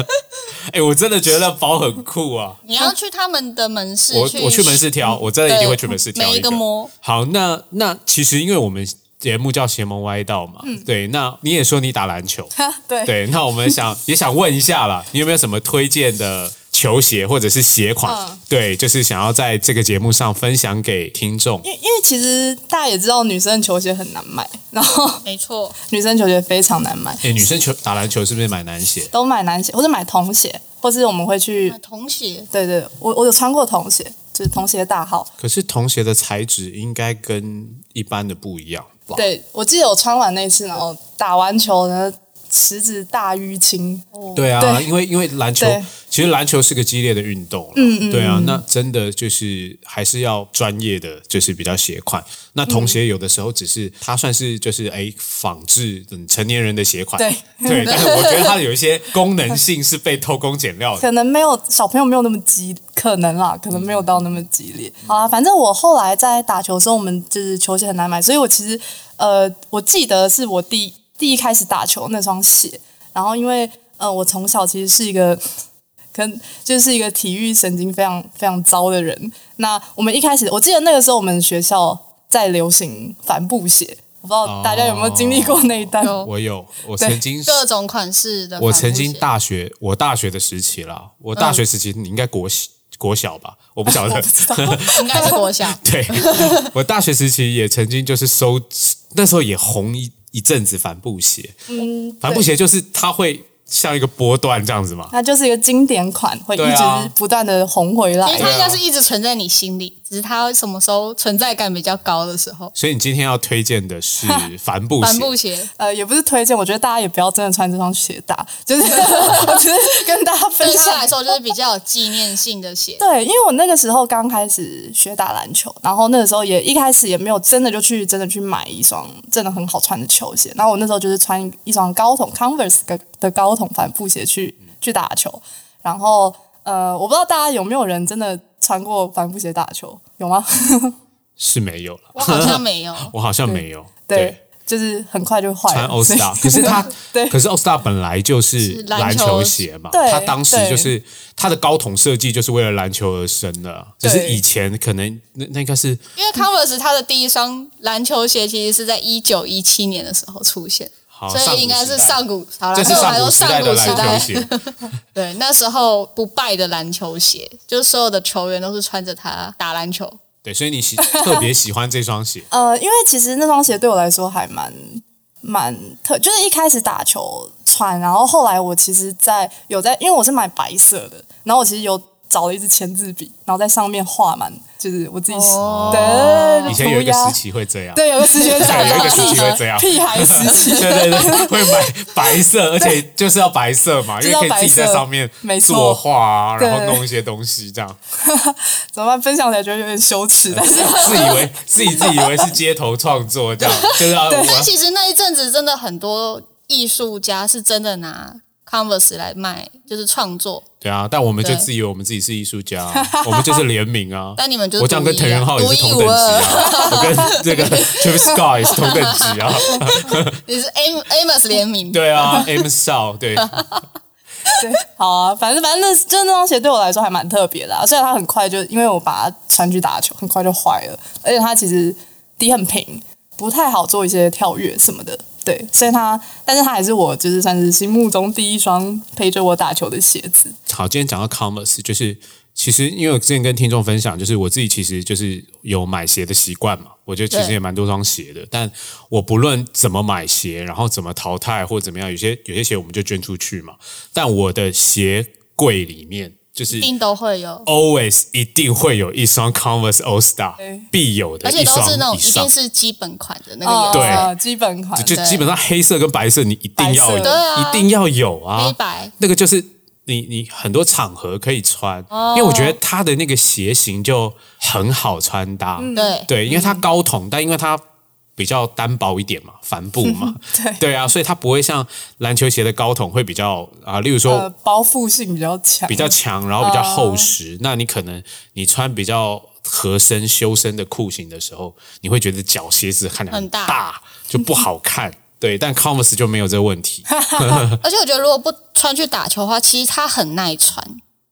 [SPEAKER 1] (laughs) 哎、我真的觉得包很酷啊！
[SPEAKER 2] 你要去他们的门市，
[SPEAKER 1] 我我去门市挑，我真的一定会去门市挑
[SPEAKER 2] 嗯每一
[SPEAKER 1] 个
[SPEAKER 2] 个摸。
[SPEAKER 1] 好，那那其实因为我们节目叫邪门歪道嘛，
[SPEAKER 2] 嗯
[SPEAKER 1] 对，那你也说你打篮球，
[SPEAKER 3] 对
[SPEAKER 1] 对，那我们想也想问一下啦，你有没有什么推荐的球鞋或者是鞋款？
[SPEAKER 3] 嗯
[SPEAKER 1] 对，就是想要在这个节目上分享给听众。
[SPEAKER 3] 因为因为其实大家也知道，女生球鞋很难买，然后 (laughs)
[SPEAKER 2] 没错，
[SPEAKER 3] 女生球鞋非常难买，
[SPEAKER 1] 哎诶，女生球打篮球是不是买男鞋？
[SPEAKER 3] 都买男鞋或者买童鞋，或是我们会去
[SPEAKER 2] 买童鞋
[SPEAKER 3] 对对，我我有穿过童鞋，就是童鞋大号。
[SPEAKER 1] 可是童鞋的材质应该跟一般的不一样吧？
[SPEAKER 3] 对，我记得我穿完那次，然后打完球，然后十指大淤青。
[SPEAKER 1] 对啊，
[SPEAKER 3] 对
[SPEAKER 1] 因为因为篮球
[SPEAKER 3] 对，
[SPEAKER 1] 其实篮球是个激烈的运动，嗯嗯，对啊，那真的就是还是要专业的，就是比较鞋款。那
[SPEAKER 3] 嗯
[SPEAKER 1] 童鞋有的时候只是、它算是就是哎仿制嗯成年人的鞋款，
[SPEAKER 3] 对 (laughs)
[SPEAKER 1] 对，但是我觉得它有一些功能性是被偷工减料
[SPEAKER 3] (laughs)
[SPEAKER 1] 的。
[SPEAKER 3] 可能没有小朋友没有那么激，可能啦，可能没有到那么激烈。好啦，反正我后来在打球的时候，我们就是球鞋很难买，所以我其实呃，我记得是我第第一开始打球那双鞋，然后因为呃，我从小其实是一个。跟就是一个体育神经非常非常糟的人。那我们一开始，我记得那个时候我们学校在流行帆布鞋，我不知
[SPEAKER 1] 哦
[SPEAKER 3] 道大家有没有经历过那一段。
[SPEAKER 2] 有
[SPEAKER 1] 我有，我
[SPEAKER 3] 对
[SPEAKER 1] 曾经
[SPEAKER 2] 各种款式的帆布
[SPEAKER 1] 我
[SPEAKER 2] 鞋，
[SPEAKER 1] 曾经大学，我大学的时期啦，我大学时期你应该国小国小吧，我不晓得
[SPEAKER 3] 嗯 (laughs) 我不，知道
[SPEAKER 2] 应该是
[SPEAKER 1] (laughs)
[SPEAKER 2] 国小，
[SPEAKER 1] 对，我大学时期也曾经就是收，那时候也红一一阵子帆布鞋。嗯，帆布鞋就是它会像一个波段这样子
[SPEAKER 2] 嗯
[SPEAKER 1] 嘛。
[SPEAKER 3] 它就是一个经典款，会一
[SPEAKER 1] 对啊
[SPEAKER 3] 直不断的红回来。
[SPEAKER 1] 哎
[SPEAKER 2] 其实它应该是一直存在你心里，只是它什么时候存在感比较高的时候，
[SPEAKER 1] 所以你今天要推荐的
[SPEAKER 2] (laughs)
[SPEAKER 1] 是帆布
[SPEAKER 2] 帆
[SPEAKER 1] 鞋，
[SPEAKER 2] 布鞋。
[SPEAKER 3] 呃，也不是推荐，我觉得大家也不要真的穿这双鞋打，就是 (laughs) 我只是跟大家分
[SPEAKER 2] 对他 (laughs)
[SPEAKER 3] 享
[SPEAKER 2] 来。说就是比较有纪念性
[SPEAKER 1] (laughs)
[SPEAKER 2] 的鞋，
[SPEAKER 3] 对，因为我那个时候刚开始学打篮球，然后那个时候也一开始也没有真的就去真的去买一双真的很好穿的球鞋，然后我那时候就是穿一双高筒 Converse 的的高筒帆布鞋去
[SPEAKER 1] 嗯
[SPEAKER 3] 去打球，然后呃，我不知道大家有没有人真的穿过帆布鞋打球，有吗？ (laughs)
[SPEAKER 1] 是没有了，
[SPEAKER 2] 我好像没有。
[SPEAKER 1] 我好像没有。
[SPEAKER 3] 对，就是很快就坏
[SPEAKER 1] 穿
[SPEAKER 3] 了。
[SPEAKER 1] 欧
[SPEAKER 3] 所以
[SPEAKER 1] star，可是他，
[SPEAKER 3] (laughs) 对
[SPEAKER 1] 可是欧 star 本来就是
[SPEAKER 2] 是篮
[SPEAKER 1] 篮
[SPEAKER 2] 球
[SPEAKER 1] 球鞋嘛，
[SPEAKER 3] 对
[SPEAKER 1] 他当时就是他的高筒设计就是为了篮球而生的，只是
[SPEAKER 3] 对
[SPEAKER 1] 以前可能那那应该是
[SPEAKER 2] 因为 Converse 它的第一双篮球鞋其实是在一九一七年的时候出现，
[SPEAKER 1] 好，
[SPEAKER 2] 所以应该是
[SPEAKER 1] 上
[SPEAKER 2] 上
[SPEAKER 1] 古
[SPEAKER 2] 古，好
[SPEAKER 1] 时代，
[SPEAKER 2] 了，
[SPEAKER 1] 这是上
[SPEAKER 2] 对我来
[SPEAKER 1] 古时代的
[SPEAKER 2] 说上古时
[SPEAKER 1] 篮
[SPEAKER 2] 代
[SPEAKER 1] 球，鞋，
[SPEAKER 2] 对，那时候不败的篮球鞋，就是所有的球员都是穿着它打篮球。
[SPEAKER 1] 对，所以你喜 (laughs) 特别喜欢这双
[SPEAKER 2] (laughs)
[SPEAKER 1] 鞋，
[SPEAKER 3] 呃，因为其实那双鞋对我来说还蛮蛮特，就是一开始打球穿，然后后来我其实在有在，因为我是买白色的，然后我其实有找了一支签字笔，然后在上面画满，就是我自己、
[SPEAKER 2] 哦
[SPEAKER 3] 对
[SPEAKER 1] 以前有一个
[SPEAKER 3] 涂鸦
[SPEAKER 1] 时期会这样，
[SPEAKER 3] 对，有个时期会这
[SPEAKER 1] 对，
[SPEAKER 3] 样
[SPEAKER 1] 有一个时期会这样。
[SPEAKER 3] 屁孩时期，
[SPEAKER 1] (laughs) 对 (laughs) 对对，会
[SPEAKER 2] (laughs)
[SPEAKER 1] 买白色，而且就是要白色嘛，因
[SPEAKER 3] 就是
[SPEAKER 1] 为
[SPEAKER 3] 要
[SPEAKER 1] 可以自己在
[SPEAKER 3] 白色
[SPEAKER 1] 上面
[SPEAKER 3] 没错
[SPEAKER 1] 作画啊，然后
[SPEAKER 3] 对
[SPEAKER 1] 弄一些东西这样。
[SPEAKER 2] (laughs)
[SPEAKER 3] 怎么办？分享起来觉得有点
[SPEAKER 1] (laughs)
[SPEAKER 3] 羞耻，但是
[SPEAKER 1] 自以为自己自以为是街头创作这样，就是要
[SPEAKER 2] (laughs) 但
[SPEAKER 1] 我
[SPEAKER 2] 其实那一阵子真的很多艺术家是真的拿 Converse 来卖，就是创作。
[SPEAKER 1] 对啊，但我们就
[SPEAKER 2] 对
[SPEAKER 1] 自以为我们自己是艺术家啊，我们就是联名啊。
[SPEAKER 2] (laughs) 但你们就是
[SPEAKER 1] 我这样跟
[SPEAKER 2] 独
[SPEAKER 1] 藤
[SPEAKER 2] 一啊
[SPEAKER 1] 原浩也是同等级啊，我跟这个 Travis Scott 也是同等级
[SPEAKER 2] (laughs)
[SPEAKER 1] 啊。
[SPEAKER 2] 你是 Am Amos 联名，
[SPEAKER 1] 对啊，M Shaw 对，
[SPEAKER 3] 对，好啊，反正反正那就是那双鞋对我来说还蛮特别的、啊，虽然它很快就因为我把它穿去打球，很快就坏了，而且它其实底很平，不太好做一些跳跃什么的。对，所以它，但是它还是我就是算是心目中第一双陪着我打球的鞋子。
[SPEAKER 1] 好，今天讲到 Converse，就是其实因为我之前跟听众分享，就是我自己其实就是有买鞋的习惯嘛，我觉得其实
[SPEAKER 2] 对
[SPEAKER 1] 也蛮多双鞋的，但我不论怎么买鞋，然后怎么淘汰或怎么样，有些有些鞋我们就捐出去嘛，但我的鞋柜里面就是
[SPEAKER 2] 一。定都会有，
[SPEAKER 1] 哦 always 一定会有一双 Converse All Star，
[SPEAKER 3] 对
[SPEAKER 1] 必有的
[SPEAKER 2] 而且
[SPEAKER 1] 一
[SPEAKER 2] 都是那
[SPEAKER 1] 双
[SPEAKER 2] 种
[SPEAKER 1] 以
[SPEAKER 2] 一定
[SPEAKER 1] 上，
[SPEAKER 2] 是基本款的那个
[SPEAKER 1] 嗯对
[SPEAKER 2] 颜色，
[SPEAKER 3] 呃基本款。
[SPEAKER 1] 就基本上黑色跟白色你一定要
[SPEAKER 3] 白
[SPEAKER 1] 有，
[SPEAKER 3] 色
[SPEAKER 2] 对啊
[SPEAKER 1] 一定要有啊，
[SPEAKER 2] 黑白。
[SPEAKER 1] 那个就是你你很多场合可以穿，因为我觉得它的那个鞋型就很好穿搭，
[SPEAKER 2] 嗯对，
[SPEAKER 1] 对，因为它高筒，但因为它比较单薄一点嘛，帆布嘛，
[SPEAKER 3] 对
[SPEAKER 1] 啊，所以它不会像篮球鞋的高筒会比较啊，例如说。
[SPEAKER 3] 呃，包覆性比较强，
[SPEAKER 1] 比较强，然后比较厚实。那你可能你穿比较合身、修身的裤型的时候，你会觉得脚鞋子看起来
[SPEAKER 2] 很大
[SPEAKER 1] 大就不好看。对，但 Converse 就没有这个问题。
[SPEAKER 2] 而且我觉得如果不穿去打球的话，其实它很耐穿，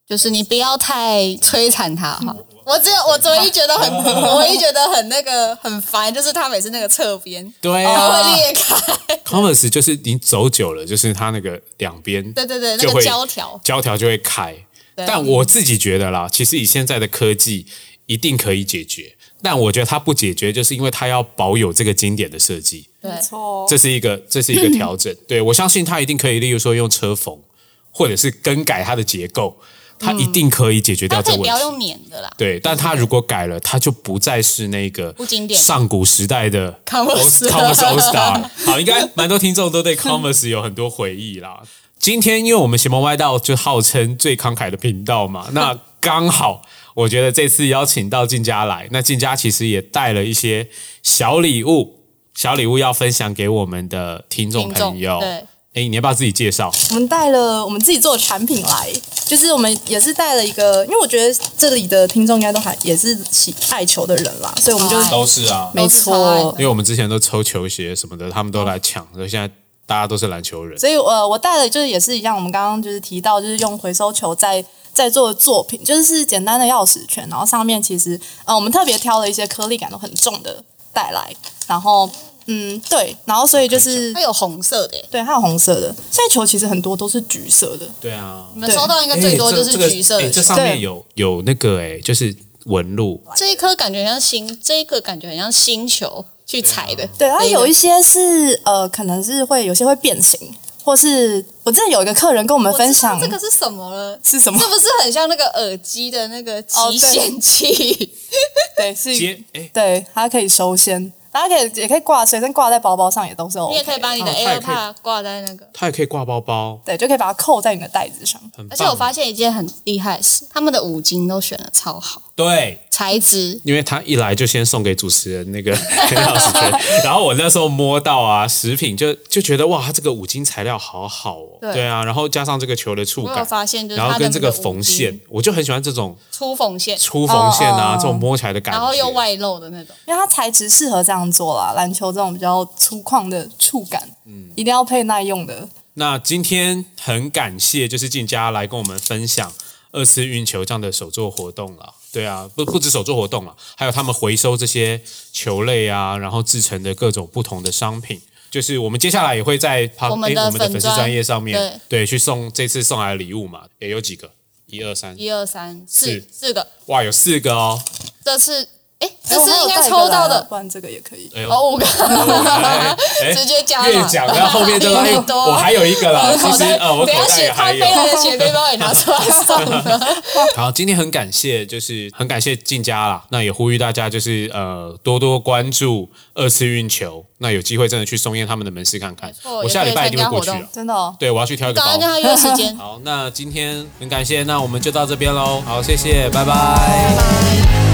[SPEAKER 2] 就是你不要太摧残它哈。
[SPEAKER 1] 嗯
[SPEAKER 2] 我只有我唯一觉得很，
[SPEAKER 1] 哦
[SPEAKER 2] 我唯一觉得很那个很烦，就是它每次那个侧边
[SPEAKER 1] 对啊，
[SPEAKER 2] 它会裂开，
[SPEAKER 1] Converse 就是你走久了，就是它那个两边
[SPEAKER 2] 对对对，
[SPEAKER 1] 就
[SPEAKER 2] 那
[SPEAKER 1] 会
[SPEAKER 2] 个胶条，
[SPEAKER 1] 胶条就会开。
[SPEAKER 2] 对
[SPEAKER 1] 但我自己觉得啦，其实以现在的科技一定可以解决，但我觉得它不解决，就是因为它要保有这个经典的设计，
[SPEAKER 2] 对
[SPEAKER 3] 没
[SPEAKER 2] 哦
[SPEAKER 3] 错。
[SPEAKER 1] 这是一个这是一个调
[SPEAKER 2] (laughs)
[SPEAKER 1] 整。对我相信它一定可以，例如说用车缝，或者是更改它的结构，它一定可以解决掉
[SPEAKER 2] 嗯
[SPEAKER 1] 这
[SPEAKER 2] 它可以
[SPEAKER 1] 个
[SPEAKER 2] 不
[SPEAKER 1] 问
[SPEAKER 2] 要
[SPEAKER 1] 题。
[SPEAKER 2] 用粘的啦。
[SPEAKER 1] 对，但它如果改了，它就不再是那个
[SPEAKER 2] 不经典
[SPEAKER 1] 上古时代的
[SPEAKER 2] Converse
[SPEAKER 1] Converse All Star。好，应该蛮多听众都对 Converse 有很多回忆
[SPEAKER 2] (laughs)
[SPEAKER 1] 啦。今天因为我们邪门歪道就号称最慷慨的频道
[SPEAKER 2] (laughs)
[SPEAKER 1] 嘛，那刚好我觉得这次邀请到静佳来，那静佳其实也带了一些小礼物，小礼物要分享给我们的听众
[SPEAKER 2] 听众
[SPEAKER 1] 朋友。
[SPEAKER 2] 对
[SPEAKER 1] 哎，你要不要自己介绍？
[SPEAKER 3] 我们带了我们自己做的产品来，就是我们也是带了一个，因为我觉得这里的听众应该都还也是喜爱球的人啦，所以我们就
[SPEAKER 2] 超爱
[SPEAKER 1] 都是啊，
[SPEAKER 3] 没错
[SPEAKER 1] 因。为我们之前都抽球鞋什么的，他们都来抢，所以现在大家都是篮球人。
[SPEAKER 3] 所以呃，我带的就是也是一样，我们刚刚就是提到，就是用回收球在在做的作品，就是简单的钥匙圈，然后上面其实呃，我们特别挑了一些颗粒感都很重的带来，然后嗯，对，然后所以就是
[SPEAKER 2] 它有红色的耶，
[SPEAKER 3] 对，还有红色的，所以球其实很多都是橘色的，
[SPEAKER 1] 对啊，
[SPEAKER 2] 你们收到应该最多就是橘色嗯
[SPEAKER 1] 哎
[SPEAKER 2] 的
[SPEAKER 1] 这
[SPEAKER 2] 球。
[SPEAKER 1] 上面
[SPEAKER 3] 对
[SPEAKER 1] 有有那个哎、就是纹路，
[SPEAKER 2] 这一颗感觉像星，这一个感觉很像星球去踩的。
[SPEAKER 3] 对，它
[SPEAKER 2] 那个
[SPEAKER 3] 有一些是呃，可能是会有些会变形，或是我记得有一个客人跟我们
[SPEAKER 2] 我知道
[SPEAKER 3] 分享
[SPEAKER 2] 这个是什么了？
[SPEAKER 3] (laughs)
[SPEAKER 2] (laughs)
[SPEAKER 3] 是什么
[SPEAKER 2] 是？不是很像那个耳机的那个
[SPEAKER 3] 哦
[SPEAKER 2] 集
[SPEAKER 3] 对
[SPEAKER 2] 线器？
[SPEAKER 3] 对，是
[SPEAKER 1] 接哎，
[SPEAKER 3] 对，它可以收线，大家可以也可以挂随身挂在包包上，也都是 o
[SPEAKER 2] 你也可以把你的
[SPEAKER 1] 哦它也可以
[SPEAKER 2] AirPod 挂在那个。
[SPEAKER 1] 它也可以挂包包，
[SPEAKER 3] 对，就可以把它扣在你的袋子上。
[SPEAKER 1] 很棒。
[SPEAKER 2] 而且我发现一件很厉害的事，他们的五金都选的超好，
[SPEAKER 1] 对，
[SPEAKER 2] 材质，
[SPEAKER 1] 因为他一来就先送给主持人那个 (laughs) 很好
[SPEAKER 2] (laughs)
[SPEAKER 1] 吃的，然后我那时候摸到啊，食品就就觉得哇，它这个五金材料好好哦，
[SPEAKER 2] 对
[SPEAKER 1] 对啊，然后加上这个球的触
[SPEAKER 2] 我有
[SPEAKER 1] 感，
[SPEAKER 2] 发现就是
[SPEAKER 1] 然后
[SPEAKER 2] 它
[SPEAKER 1] 跟
[SPEAKER 2] 的
[SPEAKER 1] 这
[SPEAKER 2] 那
[SPEAKER 1] 个
[SPEAKER 2] 个
[SPEAKER 1] 缝
[SPEAKER 2] 五
[SPEAKER 1] 线
[SPEAKER 2] 金，
[SPEAKER 1] 我就很喜欢这种
[SPEAKER 2] 粗缝线，
[SPEAKER 1] 粗缝线啊，
[SPEAKER 3] 哦哦
[SPEAKER 1] 这种摸起来的感觉，
[SPEAKER 2] 然后又外露的那种。
[SPEAKER 3] 因为它材质适合这样做啦，篮球这种比较粗犷的触感，一定要配耐用的。
[SPEAKER 1] 那今天很感谢就是静佳来跟我们分享二次运球这样的手作活动了。对啊，不不止手作活动了，还有他们回收这些球类啊，然后制成的各种不同的商品。就是我们接下来也会在旁
[SPEAKER 2] 我们
[SPEAKER 1] 诶
[SPEAKER 2] 的
[SPEAKER 1] 我们的
[SPEAKER 2] 粉
[SPEAKER 1] 粉丝
[SPEAKER 2] 专
[SPEAKER 1] 专业上面对去送这次送来的礼物嘛，也有几个，一二三，
[SPEAKER 2] 一二三四
[SPEAKER 1] 四
[SPEAKER 2] 四个，
[SPEAKER 1] 哇，有四个
[SPEAKER 2] (laughs)
[SPEAKER 1] 哦，
[SPEAKER 2] 这是哎，
[SPEAKER 3] 哎
[SPEAKER 2] 这
[SPEAKER 3] 我
[SPEAKER 2] 是
[SPEAKER 3] 还有
[SPEAKER 2] 应该
[SPEAKER 3] 带一个
[SPEAKER 2] 抽
[SPEAKER 3] 来
[SPEAKER 2] 到
[SPEAKER 3] 啊
[SPEAKER 2] 的
[SPEAKER 3] 不然这个也可以。
[SPEAKER 1] 哎呦，
[SPEAKER 2] 哦，五个， (laughs)
[SPEAKER 1] 哎哎
[SPEAKER 2] 直接加
[SPEAKER 1] 越
[SPEAKER 2] 了
[SPEAKER 1] 讲到后
[SPEAKER 2] (laughs)
[SPEAKER 1] 面就说，哎
[SPEAKER 2] 有点多
[SPEAKER 1] 我还有一个
[SPEAKER 2] (laughs)
[SPEAKER 1] 啦，其
[SPEAKER 2] 口
[SPEAKER 1] 实
[SPEAKER 2] 袋
[SPEAKER 1] 呃，我
[SPEAKER 2] 等
[SPEAKER 1] 口
[SPEAKER 2] 一下
[SPEAKER 1] 袋
[SPEAKER 2] 雪
[SPEAKER 1] 也
[SPEAKER 2] 他
[SPEAKER 1] 还
[SPEAKER 2] 背
[SPEAKER 1] 有。
[SPEAKER 2] 来的雪背包也拿出来送
[SPEAKER 1] (laughs)
[SPEAKER 2] 了。
[SPEAKER 1] 好，今天很感谢，就是很感谢静佳啦。那也呼吁大家，就是呃多多关注二次运球。那有机会真的去松烟他们的门市看看
[SPEAKER 2] 没。错
[SPEAKER 1] 我下礼拜一定会过去
[SPEAKER 2] 也可以参加活
[SPEAKER 1] 了
[SPEAKER 2] 动。
[SPEAKER 3] 真的哦，
[SPEAKER 1] 对，我要去挑一个
[SPEAKER 2] 赶快
[SPEAKER 1] 包
[SPEAKER 2] 跟。他约时间。
[SPEAKER 1] 好，那今天很感谢，那我们就到这边喽。好，谢谢，拜拜